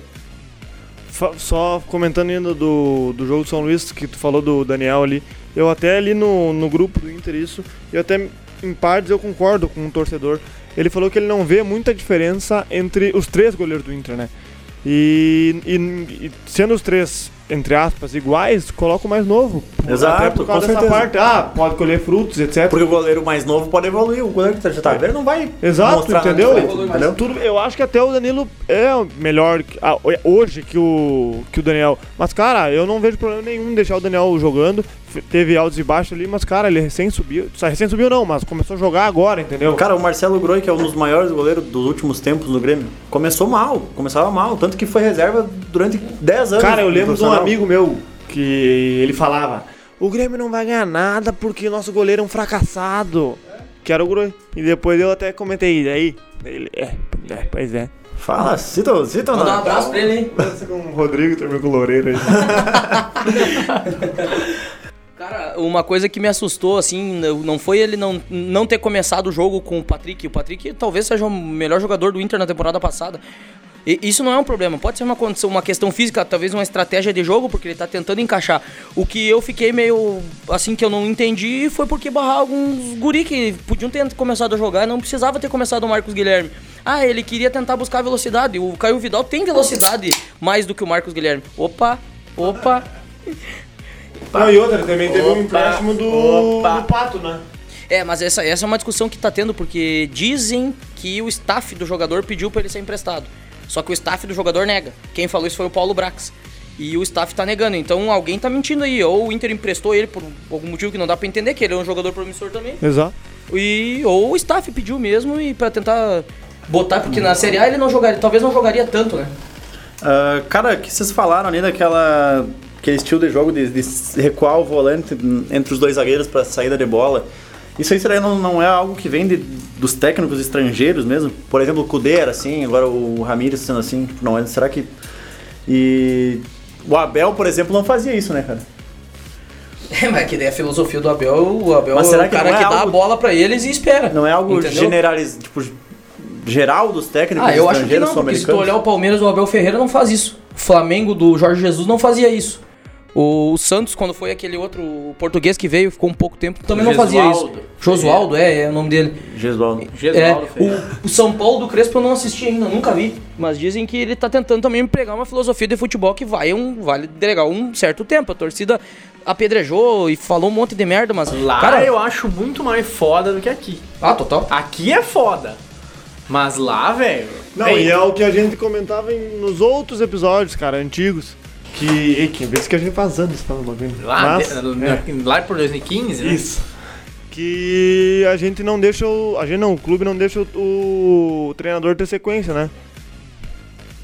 S5: Fa- Só comentando ainda do, do jogo do São Luís, que tu falou do Daniel ali. Eu até ali no, no grupo do Inter isso, eu até em partes eu concordo com o torcedor. Ele falou que ele não vê muita diferença entre os três goleiros do Inter, né? E, e- e sendo os três, entre aspas, iguais, coloca o mais novo.
S1: Exato,
S5: Até por causa
S1: com
S5: dessa
S1: certeza.
S5: parte. Ah, pode colher frutos, etc.
S1: Porque o goleiro mais novo pode evoluir, o goleiro que tá- já tá velho não vai
S5: Exato,
S1: mostrar né, nada
S5: entendeu?
S1: diferente, entendeu?
S5: Tudo, eu acho que até o Danilo é melhor que- ah, hoje que o, que o Daniel. Mas, cara, eu não vejo problema nenhum em deixar o Daniel jogando. F- Teve altos e baixos ali, mas, cara, ele recém subiu. Só Recém subiu não, mas começou a jogar agora, entendeu?
S1: Cara, o Marcelo Groi, que é um dos maiores goleiros dos últimos tempos no Grêmio, começou mal, começava mal, tanto que foi reserva durante 10 anos.
S5: Cara, eu
S1: no
S5: lembro de um
S1: profissional.
S5: amigo meu que ele falava: O Grêmio não vai ganhar nada porque o nosso goleiro é um fracassado. Que era o Groi. E depois eu até comentei, e daí? Ele, é, é, pois é.
S1: Fala, cita, cita
S7: Manda um
S1: não.
S7: abraço pra ele, hein?
S5: Com o Rodrigo terminou com o (laughs) Loureiro aí.
S8: Cara, uma coisa que me assustou, assim, não- não foi ele não, não ter começado o jogo com o Patrick. O Patrick talvez seja o melhor jogador do Inter na temporada passada. E isso não é um problema, pode ser uma, condição, uma questão física, talvez uma estratégia de jogo, porque ele tá tentando encaixar. O que eu fiquei meio assim que eu não entendi foi porque barrar alguns guri que podiam ter começado a jogar, não precisava ter começado o Marcos Guilherme. Ah, ele queria tentar buscar velocidade. O Caio Vidal tem velocidade mais do que o Marcos Guilherme. Opa, opa.
S5: Não, e outra, também teve um
S3: Opa,
S5: empréstimo do,
S3: opa.
S5: do Pato, né?
S8: É, mas essa, essa é uma discussão que tá tendo, porque dizem que o staff do jogador pediu pra ele ser emprestado. Só que o staff do jogador nega. Quem falou isso foi o Paulo Brax. E o staff tá negando, então alguém tá mentindo aí. Ou o Inter emprestou ele por algum motivo que não dá pra entender, que ele é um jogador promissor também.
S5: Exato.
S8: E, ou o staff pediu mesmo e para tentar botar, porque na Série A ele não jogaria, talvez não jogaria tanto, né?
S1: Ah, cara, o que vocês falaram ali daquela. aquele estilo de jogo de, de recuar o volante entre os dois zagueiros pra saída de bola. Isso aí será que não, não é algo que vem de- dos técnicos estrangeiros mesmo? Por exemplo, o Kudê era assim, agora o Ramires sendo assim, tipo, não, será que. E. O Abel, por exemplo, não fazia isso, né, cara?
S8: (laughs) É, mas que daí a filosofia do Abel, o Abel
S1: Mas
S8: é
S1: será
S8: o
S1: que
S8: cara
S1: não é
S8: que dá a
S1: algo-
S8: bola pra eles e espera.
S1: Não é algo
S8: entendeu?
S1: generaliz, tipo, geral dos técnicos
S8: Ah, eu acho que
S1: estrangeiros
S8: não, porque se tu
S1: sul-americanos?
S8: olhar o Palmeiras, o Abel Ferreira não faz isso. O Flamengo do Jorge Jesus não fazia isso. O Santos, quando foi aquele outro português que veio, ficou um pouco tempo, também não fazia isso.
S3: Jesualdo.
S8: Josualdo, é, é o nome dele.
S1: Gesualdo.
S8: É,
S3: Gesualdo fez.
S8: o, o São Paulo do Crespo eu não assisti ainda, nunca vi. Mas dizem que ele tá tentando também pregar uma filosofia de futebol que vai um, vale delegar um certo tempo. A torcida apedrejou e falou um monte de merda, mas.
S3: Lá
S8: cara,
S3: eu acho muito mais foda do que aqui.
S8: Ah, total.
S3: Aqui é foda. Mas lá, velho.
S5: Não,
S3: Ei,
S5: e é o que a gente comentava em- nos outros episódios, cara, antigos. Que, ei, que vez que a gente faz anos falando bagulho.
S3: Lá,
S5: Mas,
S3: Ah, de-
S5: é,
S3: lá por 2015, né?
S5: isso. Que a gente não deixa o. A gente não, o clube não deixa o, o treinador ter sequência, né?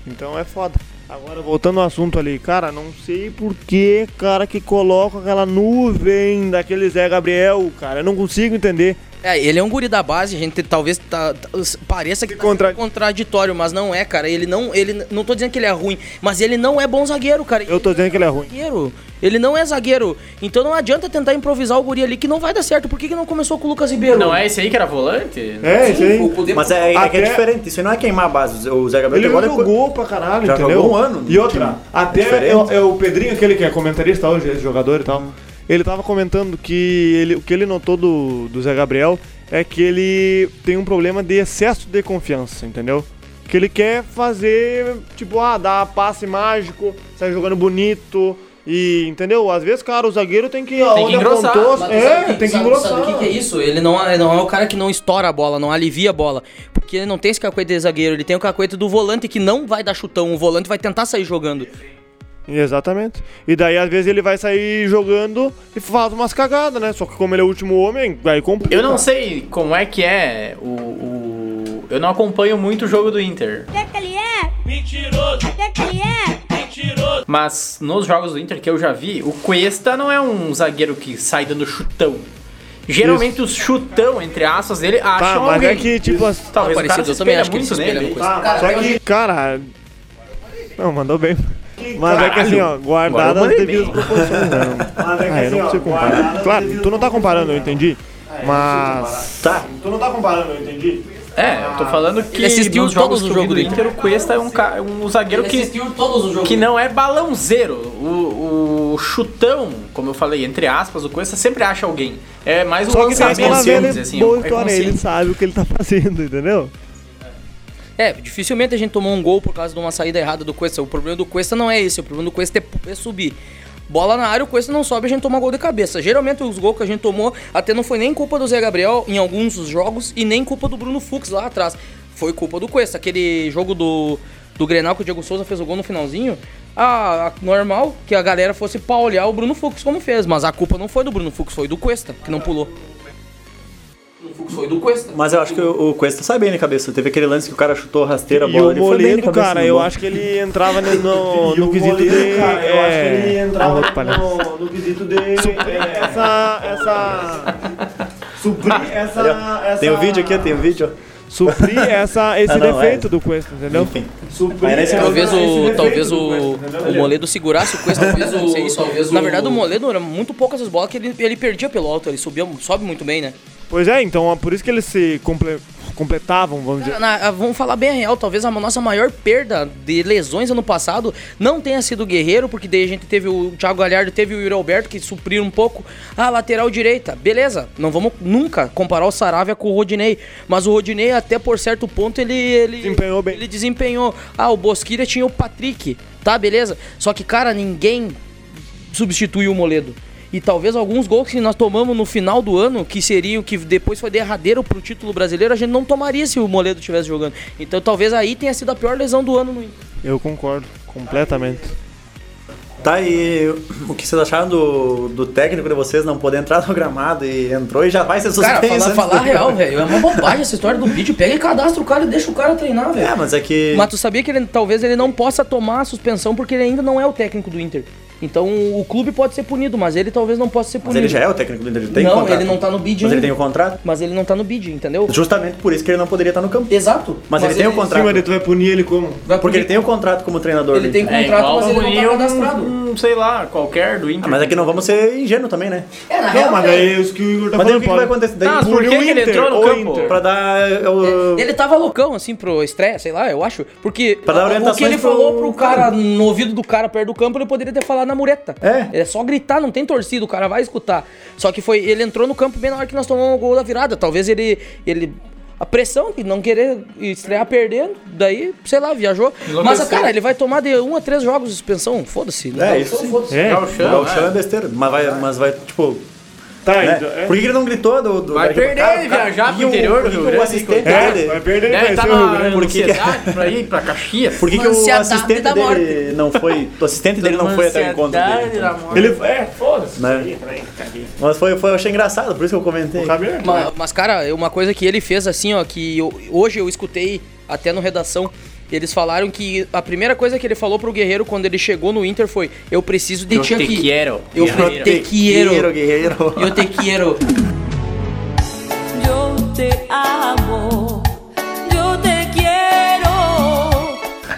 S5: Então é foda. Agora, voltando ao assunto ali, cara, não sei por que, cara, que coloca aquela nuvem daquele Zé Gabriel, cara. Eu não consigo entender.
S8: É, ele é um guri da base, a gente talvez tá- tá- pareça que
S5: Se contra-
S8: tá sendo contraditório, mas não é, cara. Ele não, ele não tô dizendo que ele é ruim, mas ele não é bom zagueiro, cara.
S5: Eu tô dizendo que ele é ruim.
S8: zagueiro. Ele não é zagueiro. Então não adianta tentar improvisar o guri ali que não vai dar certo. Por que, que não começou com o Lucas Ribeiro?
S3: Não é esse aí que era volante?
S5: É, isso aí.
S1: Mas é, é que
S5: Até-
S1: é diferente, isso aí não é queimar a base. O Zé Gabriel
S5: Ele
S1: agora
S5: jogou pra caralho,
S1: Já
S5: entendeu?
S1: jogou um ano
S5: E
S1: no
S5: outra,
S1: time.
S5: até
S1: Diferente.
S5: é, o- é o Pedrinho, aquele que é comentarista hoje, esse jogador e tal. Ele tava comentando que ele, o que ele notou do, do Zé Gabriel é que ele tem um problema de excesso de confiança, entendeu? Que ele quer fazer, tipo, ah, dar passe mágico, sair jogando bonito. E, entendeu? Às vezes, cara, o zagueiro tem que. aonde
S3: engrossar,
S5: apontou-
S8: Mas
S5: É,
S8: sabe o
S5: tem que
S8: sabe-
S5: engrossar.
S8: Sabe o que, que é isso? Ele não, é- não é o cara que não estoura a bola, não alivia a bola. Porque ele não tem esse cacoete de zagueiro, ele tem o cacoete do volante que não vai dar chutão. O volante vai tentar sair jogando.
S5: Exatamente. E daí, às vezes, ele vai sair jogando e faz umas cagadas, né? Só que como ele é o último homem, aí complica.
S3: Eu não sei como é que é o. o- Eu não acompanho muito o jogo do Inter.
S4: Até que ele é. Mentiroso. Até que ele é.
S3: Mas nos jogos do Inter que eu já vi, o Cuesta não é um zagueiro que sai dando chutão. Geralmente os chutão, entre aspas, dele acham
S5: Tá, mas
S3: alguém.
S5: é que, tipo, as-
S3: Talvez o cara
S8: Parecido,
S3: se
S8: eu também
S3: espelha
S8: acho que ele
S3: muito
S8: se espelha
S3: nele.
S8: no Cuesta.
S5: Tá, só que, cara. Não, mandou bem. Mas é que assim, ó, guardada as
S3: mandei
S5: devidas proporções. Não. (laughs) Ah, eu não consigo comparar. Claro, tu não tá comparando, eu entendi. Mas.
S1: Tá,
S5: Tu não tá comparando, eu entendi.
S3: É, eu tô falando que
S8: Ele assistiu
S3: nos jogos
S8: todos os
S3: que eu vi
S8: jogos
S3: do
S8: do
S3: Inter, o Cuesta é um, ca- um é zagueiro que,
S8: todos os jogos.
S3: que não é balãozeiro. O, o, o chutão, como eu falei, entre aspas, o Cuesta sempre acha alguém. É mais um
S5: Só que tem aquela
S3: consciente,
S5: velha
S3: assim,
S5: boa
S3: é
S5: história, ele
S3: consciente.
S5: sabe o que ele tá (laughs) fazendo, entendeu?
S8: É, dificilmente a gente tomou um gol por causa de uma saída errada do Cuesta. O problema do Cuesta não é esse, o problema do Cuesta é, é subir. Bola na área, o Cuesta não sobe, a gente toma gol de cabeça. Geralmente os gols que a gente tomou até não foi nem culpa do Zé Gabriel em alguns dos jogos e nem culpa do Bruno Fux lá atrás. Foi culpa do Cuesta. Aquele jogo do, do Grenal que o Diego Souza fez o gol no finalzinho, ah, a- normal que a galera fosse paulear o Bruno Fux como fez, mas a culpa não foi do Bruno Fux, foi do Cuesta, que não pulou. O Fux foi do Cuesta.
S1: Mas eu acho que o o Cuesta sai bem na cabeça. Teve aquele lance que o cara chutou rasteira a
S5: E
S1: bola.
S5: o
S1: Ele foi bem na
S5: Moledo,
S1: cabeça.
S5: cara,
S1: do
S5: eu
S1: gol.
S5: acho que ele entrava no, no, (laughs)
S2: E o
S5: no quesito
S2: goleiro,
S5: de.
S2: cara, eu acho que ele entrava
S5: Ah, palhaço.
S2: no, no quesito de. É,
S5: Essa. essa (laughs)
S2: suprir essa,
S5: Ah,
S2: essa.
S1: Tem o vídeo aqui, tem o vídeo. ó.
S5: suprir (laughs) essa, esse
S1: Ah, não,
S5: defeito do Cuesta, entendeu?
S1: Enfim.
S2: Suprir
S1: Mas nesse
S2: essa-
S8: Talvez
S2: esse
S8: o,
S2: defeito
S8: talvez
S2: do
S8: o,
S2: Cuesta, entendeu?
S8: o Moledo segurasse o Cuesta, talvez o,
S7: talvez
S8: Na
S7: o-
S8: verdade, o Moledo era muito poucas as bolas que ele, ele perdia pelo alto, ele subia, sobe muito bem, né?
S5: Pois é, então é por isso que eles se comple- completavam, vamos
S8: Cara,
S5: dizer.
S8: na- ah, vamos falar bem a real, talvez a nossa maior perda de lesões ano passado não tenha sido o Guerreiro, porque daí a gente teve o Thiago Galhardo, teve o Yuri Alberto, que supriram um pouco a lateral direita. Beleza, não vamos nunca comparar o Saravia com o Rodinei, mas o Rodinei até por certo ponto ele... ele
S5: Desempenhou bem.
S8: Ele desempenhou. Ah, o Bosquilha tinha o Patrick, tá, beleza? Só que, cara, ninguém substituir o Moledo. E talvez alguns gols que nós tomamos no final do ano, que seriam que depois foi derradeiro pro título brasileiro, a gente não tomaria se o Moledo estivesse jogando. Então talvez aí tenha sido a pior lesão do ano no Inter.
S5: Eu concordo, completamente.
S1: Tá, e o que vocês acharam do, do técnico de vocês não poder entrar no gramado e entrou e já vai ser suspenso?
S8: Cara, falar,
S1: antes
S8: falar
S1: do-
S8: real, velho, é uma bobagem essa história do vídeo. Pega e cadastra o cara e deixa o cara treinar, velho.
S1: É, mas é que.
S8: Mas tu sabia que ele, talvez ele não possa tomar a suspensão porque ele ainda não é o técnico do Inter. Então o clube pode ser punido, mas ele talvez não possa ser
S1: Mas
S8: punido.
S1: ele já é o técnico do Inter, ele tem
S8: Não,
S1: contrato.
S8: ele não tá no bid
S1: Mas ele
S8: ainda.
S1: tem o contrato?
S8: Mas ele não tá no bid, entendeu?
S1: Justamente por isso que ele não poderia estar no campo.
S8: Exato.
S1: Mas, ele, tem o
S5: Sim,
S1: contrato.
S5: mas daí tu vai punir ele como?
S8: vai
S1: Porque ele
S8: punir-
S1: tem o contrato como treinador.
S8: ele
S1: do
S8: tem
S1: Inter.
S3: É,
S8: contrato,
S2: igual
S8: mas ele não
S2: punir
S8: tá
S2: um-
S8: cadastrado.
S2: um, sei lá, qualquer do Inter.
S1: Ah, mas é que não vamos ser ingênuos também, né?
S8: É, na
S5: Não, mas daí os que o Igor tá
S1: mas daí o
S5: falando
S1: que, que vai
S5: podem-
S1: acontecer? Daí
S8: Ah,
S2: Tá, mas
S1: por-
S2: por que
S5: puniu o
S2: que ele
S5: Inter,
S2: entrou no
S5: o
S2: campo?
S5: Inter.
S1: pra dar. é, eu-
S8: Ele tava loucão, assim, pro estresse, sei lá, eu acho. Porque
S1: Pra dar
S8: o que
S1: orientações
S8: ele falou
S1: pro
S8: pro cara, no ouvido do cara perto do campo, ele poderia ter falado na mureta.
S1: É.
S8: É só gritar, não tem torcida, o cara vai escutar. Só que foi, ele entrou no campo bem na hora que nós tomamos o gol da virada. Talvez ele. ele a pressão de não querer estrear perdendo, daí, sei lá, viajou. Mas, cara, ele vai tomar de um a três jogos de suspensão, foda-se.
S1: É, isso sim.
S5: É,
S2: Jogar o chão,
S1: Jogar o chão
S2: é.
S1: é besteira. Mas vai, mas vai tipo.
S5: tá,
S1: né?
S5: então, é.
S1: Por que que ele não gritou do. do
S2: Vai
S1: da arquibancada?
S2: perder,
S1: O cara-
S2: viajar pro
S1: e o-
S2: interior do
S1: e
S2: Rio
S1: o
S2: Grande,
S1: assistente
S5: É,
S1: dele.
S5: vai perder,
S3: né,
S5: ele
S2: Deve
S5: vai
S3: tá
S2: estar
S5: ser o Rio
S2: na
S5: Grande.
S1: Porque-
S2: ansiedade pra ir pra Caxias.
S1: Por que, que o
S8: Ansiedade
S1: assistente
S8: da
S1: dele
S8: morte.
S1: não foi. O assistente dele não foi até o encontro
S2: Ansiedade
S1: dele. então.
S2: da morte.
S5: Ele é, foda-se.
S1: Né?
S2: tá
S1: Mas foi, foi, eu achei engraçado, por isso que eu comentei.
S5: Sabe? é?
S2: Né?
S8: Ma- Mas, cara, uma coisa que ele fez assim, ó, que eu- hoje eu escutei até no redação. Eles falaram que a primeira coisa que ele falou pro Guerreiro quando ele chegou no Inter foi: Eu preciso de
S2: Eu
S8: ti
S2: te
S8: aqui.
S2: quero,
S8: Eu
S2: guerreiro."
S8: te
S1: Guerreiro,
S2: (laughs)
S8: quero.
S1: guerreiro.
S8: Eu te quero.
S4: Yo te amo. Yo te quiero.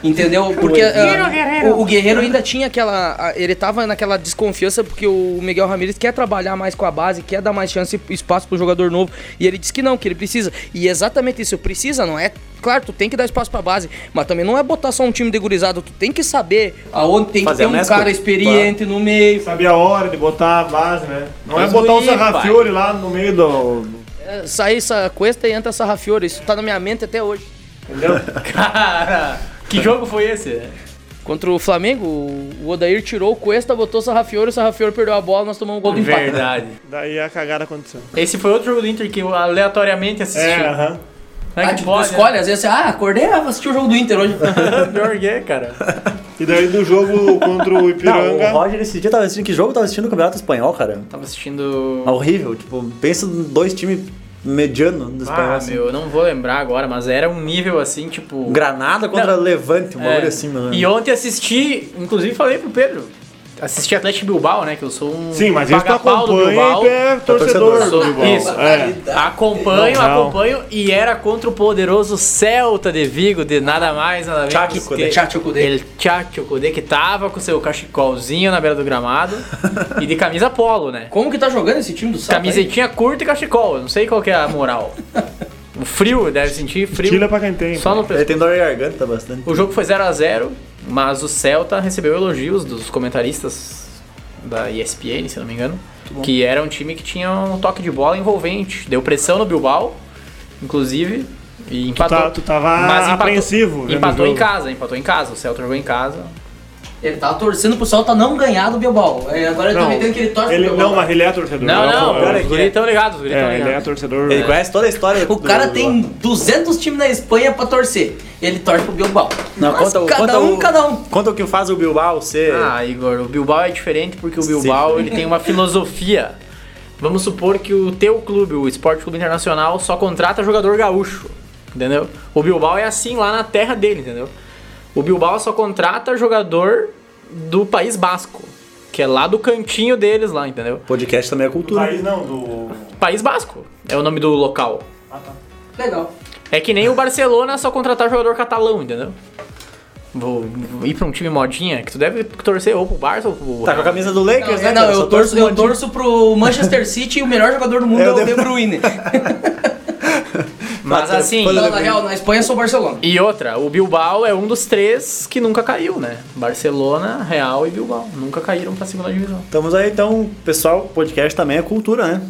S8: Entendeu? Porque
S1: né?
S8: ah, o, o Guerreiro ainda tinha aquela. ah, Ele tava naquela desconfiança porque o Miguel Ramírez quer trabalhar mais com a base, quer dar mais chance e espaço pro jogador novo. E ele disse que não, que ele precisa. E é exatamente isso, precisa, não é? Claro, tu tem que dar espaço pra base, mas também não é botar só um time de gurizada, tu tem que saber aonde tem
S1: Fazer
S8: que
S1: a
S8: ter um
S1: mescla.
S8: cara experiente no meio.
S5: Sabe a hora de botar a base, né? Não é
S2: Mas
S5: botar o
S2: guri,
S5: Sarrafiore lá no meio do.
S8: É, Sair essa cuesta e entra essa Rafiora, isso tá na minha mente até hoje.
S5: Entendeu?
S2: Cara, que jogo foi esse?
S8: Contra o Flamengo, o o Odair tirou o Cuesta, botou o Sarrafiore, o Sarrafiore perdeu a bola, nós tomamos um gol de empate.
S2: Verdade.
S5: Daí a cagada aconteceu.
S2: Esse foi outro jogo do Inter que eu aleatoriamente assisti.
S5: É, aham.
S2: Não
S8: Ah,
S2: é que
S8: tipo, tu
S2: pode,
S3: né?
S2: (laughs)
S8: escolhe, às vezes, ah, acordei, ah, vou assistir o jogo do Inter hoje.
S2: né? Pior que é, cara.
S5: E daí do jogo contra o
S1: Não, o
S5: Ipiranga.
S1: Roger esse dia tava assistindo que jogo? Tava assistindo o Campeonato Espanhol, cara.
S2: Tava assistindo.
S1: É horrível, tipo, pensa em dois times mediano do espanhol.
S2: Ah,
S1: assim.
S2: meu, eu não vou lembrar agora, mas era um nível assim, tipo.
S1: Granada contra
S2: Não.
S1: Levante, um
S2: É.
S1: bagulho assim, mano.
S2: E ontem assisti, inclusive falei pro Pedro, assisti Atlético Bilbao, né? Que eu sou um.
S5: Sim, mas isso tu
S2: pagapau do
S5: acompanha
S2: Bilbao.
S5: e tu é
S1: torcedor.
S5: torcedor do Bilbao.
S2: Isso.
S5: É.
S2: Acompanho,
S5: Não, não.
S2: acompanho. E era contra o poderoso Celta de Vigo, de nada mais, nada menos.
S1: Chacho Kudê.
S2: que-
S8: Chacho Kudê.
S2: Ele Chacho Kudê, que tava com seu cachecolzinho na beira do gramado e de camisa polo, né?
S8: Como que tá jogando esse time do Sapa? aí?
S2: Camisetinha curta e cachecol, eu não sei qual que é a moral. o frio, deve sentir frio.
S5: Tira é pra quem tem.
S2: Só no
S1: Ele
S2: pescoço.
S1: tem dor de garganta bastante.
S2: O jogo foi 0x0, mas o Celta recebeu elogios dos comentaristas
S3: da ESPN, se não me engano, que era um time que tinha um toque de bola envolvente. Deu pressão no Bilbao, inclusive, e
S5: Tu,
S3: empatou.
S5: tá, tu tava apreensivo. vendo o
S3: Empatou em
S5: jogo.
S3: casa, empatou em casa. O Celta jogou em casa.
S9: Ele tava torcendo pro Celta não ganhar do Bilbao. É, agora ele tá
S5: Não,
S9: metendo que ele torce
S5: ele,
S9: pro Bilbao.
S5: não, mas ele é torcedor.
S3: Não, tá
S5: é
S3: não,
S5: um-
S3: os
S1: cara,
S3: guris estão ligados, os guris tão
S5: É, ele é
S3: ligados.
S5: torcedor.
S1: Ele conhece toda a história.
S9: O
S1: do-
S9: cara
S1: do-
S9: tem 200 times na Espanha pra torcer. Ele torce pro Bilbao.
S1: Não,
S9: Mas
S1: conta, o-
S9: cada
S1: conta
S9: um,
S1: o,
S9: cada um.
S1: Conta o que faz o Bilbao ser.
S3: Ah, Igor, o Bilbao é diferente porque o
S1: É.
S3: Bilbao
S1: Sim.
S3: ele tem uma filosofia. Vamos supor que o teu clube, o Esporte Clube Internacional, só contrata jogador gaúcho, entendeu? O Bilbao é assim lá na terra dele, entendeu? O Bilbao só contrata jogador do País Basco, que é lá do cantinho deles lá, entendeu?
S1: Podcast também é cultura.
S5: não, do.
S3: País Basco é o nome do local.
S9: Legal.
S3: É que nem o Barcelona só contratar jogador catalão, entendeu? Vou vou ir pra um time modinha, que tu deve torcer ou pro Barça ou pro...
S1: Tá com a camisa do Lakers,
S9: Não,
S1: né?
S9: é,
S1: cara?
S9: não,
S1: Só
S9: eu,
S1: torce
S9: torço, eu
S1: um monte de-
S9: torço pro Manchester City e o melhor jogador do mundo é o De
S5: (laughs)
S9: Bruyne.
S3: Mas assim...
S9: não, na real, na Espanha eu sou o Barcelona.
S3: E outra, o Bilbao é um dos três que nunca caiu, né? Barcelona, Real e Bilbao. Nunca caíram pra segunda divisão.
S1: Estamos aí então, pessoal, podcast também é cultura, né?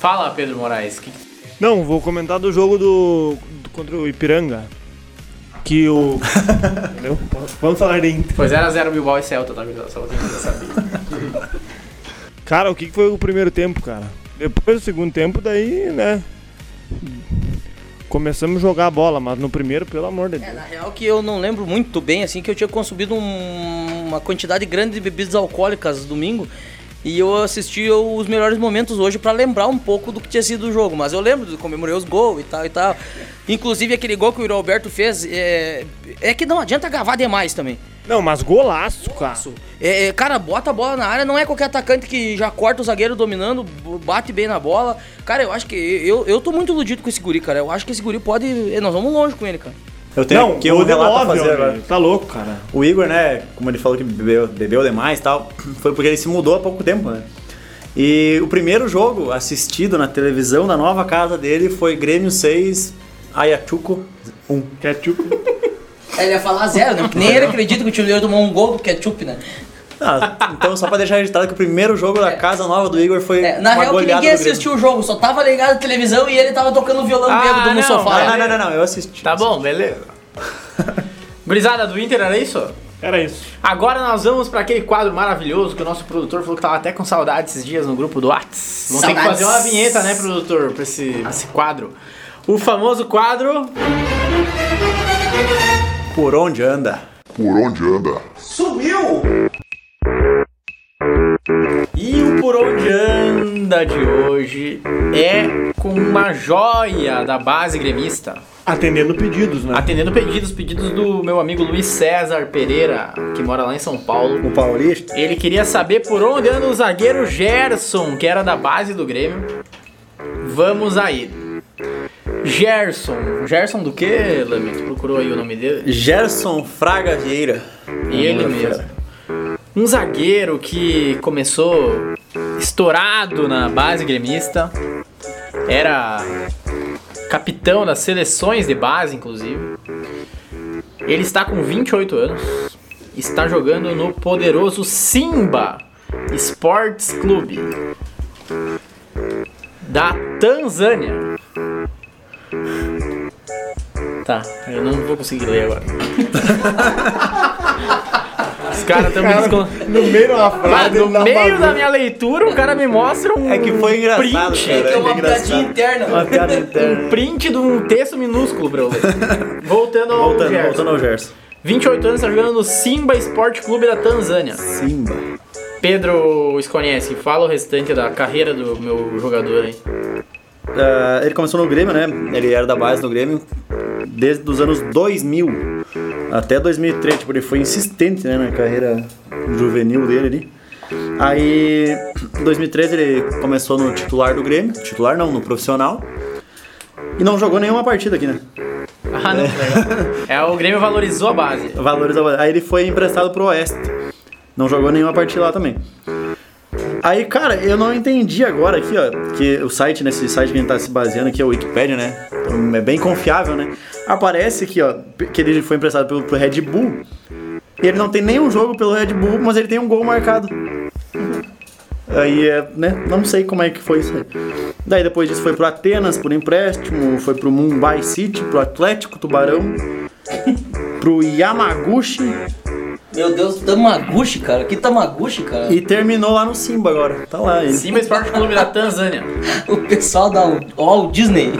S3: Fala, Pedro Moraes. Que...
S5: Não, vou comentar do jogo do, do- contra o Ipiranga. Que o. Entendeu? Vamos falar de Inter.
S3: Foi 0x0 Bilbao e Celta, tá? Só pra quem quiser saber.
S5: Cara, o que que foi o primeiro tempo, cara? Depois do segundo tempo, daí, né? Começamos a jogar a bola, mas no primeiro, pelo amor de Deus.
S8: Na real que eu não lembro muito bem, assim, que eu tinha consumido um- uma quantidade grande de bebidas alcoólicas domingo. E eu assisti os melhores momentos hoje pra lembrar um pouco do que tinha sido o jogo. Mas eu lembro, comemorei os gols e tal e tal. Inclusive aquele gol que o Yuri Alberto fez, é, é que não adianta gravar demais também.
S5: Não, mas golaço, cara.
S8: É, é, cara, bota a bola na área, não é qualquer atacante que já corta o zagueiro dominando, b- bate bem na bola. Cara, eu acho que. Eu, eu tô muito iludido com esse guri, cara. Eu acho que esse guri pode. eh, Nós vamos longe com ele, cara.
S1: Eu tenho
S5: não,
S1: aqui um
S5: gol de
S1: relato a
S5: nove,
S1: fazer
S5: ó,
S1: agora.
S5: velho. Tá louco, cara.
S1: O Igor, né, como ele falou que bebeu, bebeu demais e tal, foi porque ele se mudou há pouco tempo, né? E o primeiro jogo assistido na televisão da nova casa dele foi Grêmio 6, Ayachuco 1.
S5: Ketchup.
S9: Aí Ele ia falar zero, né? Porque nem ele acredita que o time dele tomou um gol do
S8: é
S9: ketchup, né?
S1: Ah, então, só pra deixar registrado que o primeiro jogo da casa nova do Igor foi
S9: É, na
S1: uma
S9: real que
S1: goleada
S9: ninguém
S1: do Grêmio.
S9: assistiu o jogo, só tava ligado na televisão e ele tava tocando violão
S3: Ah,
S9: bêbado
S3: não,
S9: no sofá.
S1: Não, não, não, não, eu assisti.
S3: Tá bom, beleza. (laughs) Gurizada do Inter, era isso?
S5: Era isso.
S3: Agora nós vamos pra aquele quadro maravilhoso que o nosso produtor falou que tava até com saudade esses dias no grupo do Whats. Vamos ter que
S9: Saudades.
S3: fazer uma vinheta, né, produtor, pra esse, pra esse quadro. O famoso quadro
S1: Por onde anda?
S10: Por onde anda?
S3: E o Por Onde Anda de hoje é com uma joia da base gremista,
S5: Atendendo pedidos, né?
S3: atendendo pedidos, pedidos do meu amigo Luiz César Pereira, que mora lá em São Paulo.
S1: O Paulista?
S3: Ele queria saber por onde anda o zagueiro Gerson, que era da base do Grêmio. Vamos aí. Gerson. Gerson do que, Lamento? Procurou aí o nome dele?
S1: Gerson Fraga Vieira.
S3: E ele mesmo. Um zagueiro que começou estourado na base gremista. Era capitão das seleções de base, inclusive. Ele está com 28 anos. Está jogando no poderoso Simba Sports Clube da Tanzânia. Tá, eu não vou conseguir
S1: (laughs)
S3: ler agora. Os caras estão me descontando.
S5: No meio de uma
S3: Mas
S5: frase,
S3: no
S5: ele dá um
S3: meio
S5: bagulho.
S3: da minha leitura, o cara me mostra um.
S1: É que foi engraçado,
S3: Print.
S1: cara.
S9: É uma
S1: É
S9: piadinha
S1: engraçado.
S9: interna.
S1: Uma piada
S3: Um
S1: interna.
S3: print de um texto minúsculo pra eu
S1: (laughs)
S3: ler. (laughs) Voltando ao.
S1: Voltando,
S3: Gerson.
S1: voltando ao Gerson.
S3: 28 anos, tá jogando no Simba Esporte Clube da Tanzânia.
S1: Simba.
S3: Pedro os conhece, fala o restante da carreira do meu jogador aí.
S1: Ah, ele começou no Grêmio, né? Ele era da base do Grêmio desde os anos 2000 até 2003. Tipo, ele foi insistente né, na carreira juvenil dele ali. Aí, em 2013, ele começou no titular do Grêmio. Titular não, no profissional. E não jogou nenhuma partida aqui, né?
S3: Ah, não, legal. É, o Grêmio valorizou a base.
S1: valorizava. Aí ele foi emprestado pro Oeste. Não jogou nenhuma partida lá também. Aí, cara, eu não entendi agora aqui, ó, que o site, nesse site que a gente tá se baseando aqui, é o Wikipedia, né? Então, É bem confiável, né? Aparece aqui, ó, que ele foi emprestado pelo, pro Red Bull. E ele não tem nenhum jogo pelo Red Bull, mas ele tem um gol marcado. Aí, é, né, não sei como é que foi isso aí. Daí depois disso foi pro Atenas por empréstimo, foi pro Mumbai City, pro Atlético Tubarão, pro Yamaguchi
S8: Meu Deus, Tamaguchi, cara. Que Tamaguchi, cara?
S1: e terminou lá no Simba agora. Tá lá ele.
S3: Simba Esporte Clube da Tanzânia.
S8: O pessoal da Walt Disney.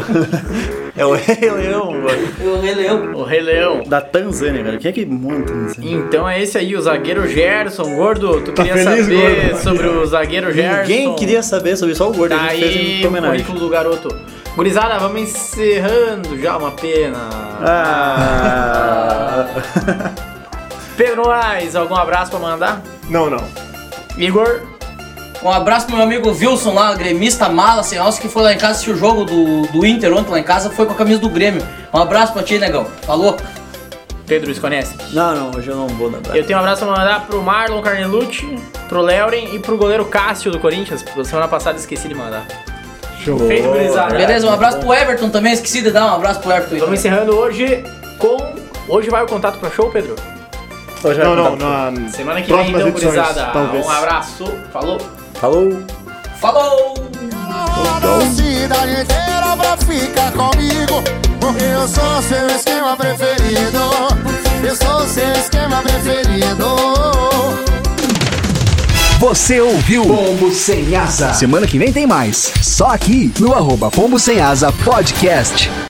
S1: É o Rei Leão agora.
S8: o Rei Leão.
S3: O Rei Leão.
S1: Da Tanzânia, velho. Quem é que monta isso?
S3: Então é esse aí, o zagueiro Gerson. Gordo, tu
S5: Tá
S3: queria
S5: feliz,
S3: saber
S5: gordo?
S3: sobre o zagueiro Gerson?
S1: Ninguém queria saber sobre isso, só o Gordo.
S3: Tá
S1: a gente fez um
S3: aí
S1: em
S3: o
S1: homenagem.
S3: currículo do garoto. Gurizada, vamos encerrando já, uma pena.
S1: Ah.
S3: (laughs) Pedro Moraes, algum abraço pra mandar?
S5: Ah, Não, não.
S3: Igor,
S8: Um abraço pro meu amigo Wilson lá, gremista mala, sem alça, que foi lá em casa assistir o jogo do, do Inter ontem lá em casa, foi com a camisa do Grêmio. Um abraço pra ti, negão. Falou.
S3: Pedro desconhece.
S1: não, não, hoje eu não vou nadar.
S3: Eu tenho um abraço pra mandar pro Marlon Carnelucci, pro Leuren e pro goleiro Cássio do Corinthians. Semana passada esqueci de mandar.
S5: Show.
S3: Feito, gurizada.
S8: Beleza, um abraço pro Everton também, esqueci de dar um abraço pro Everton. aí
S3: Vamos
S8: também.
S3: encerrando hoje com. Hoje vai o contato pra show, Pedro?
S1: Hoje
S5: Não,
S1: eu vou
S5: não,
S1: nadar.
S5: não.
S3: Semana que
S5: Próximas
S3: vem, então,
S5: edições,
S3: gurizada.
S5: talvez.
S3: Um abraço, falou.
S1: Falou.
S8: Falou!
S11: A cidade inteira vai ficar comigo Porque eu sou seu esquema preferido Eu sou seu esquema preferido
S12: Você ouviu Pombo Sem Asa. Semana que vem tem mais. Só aqui no arroba Pombo Sem Asa Podcast.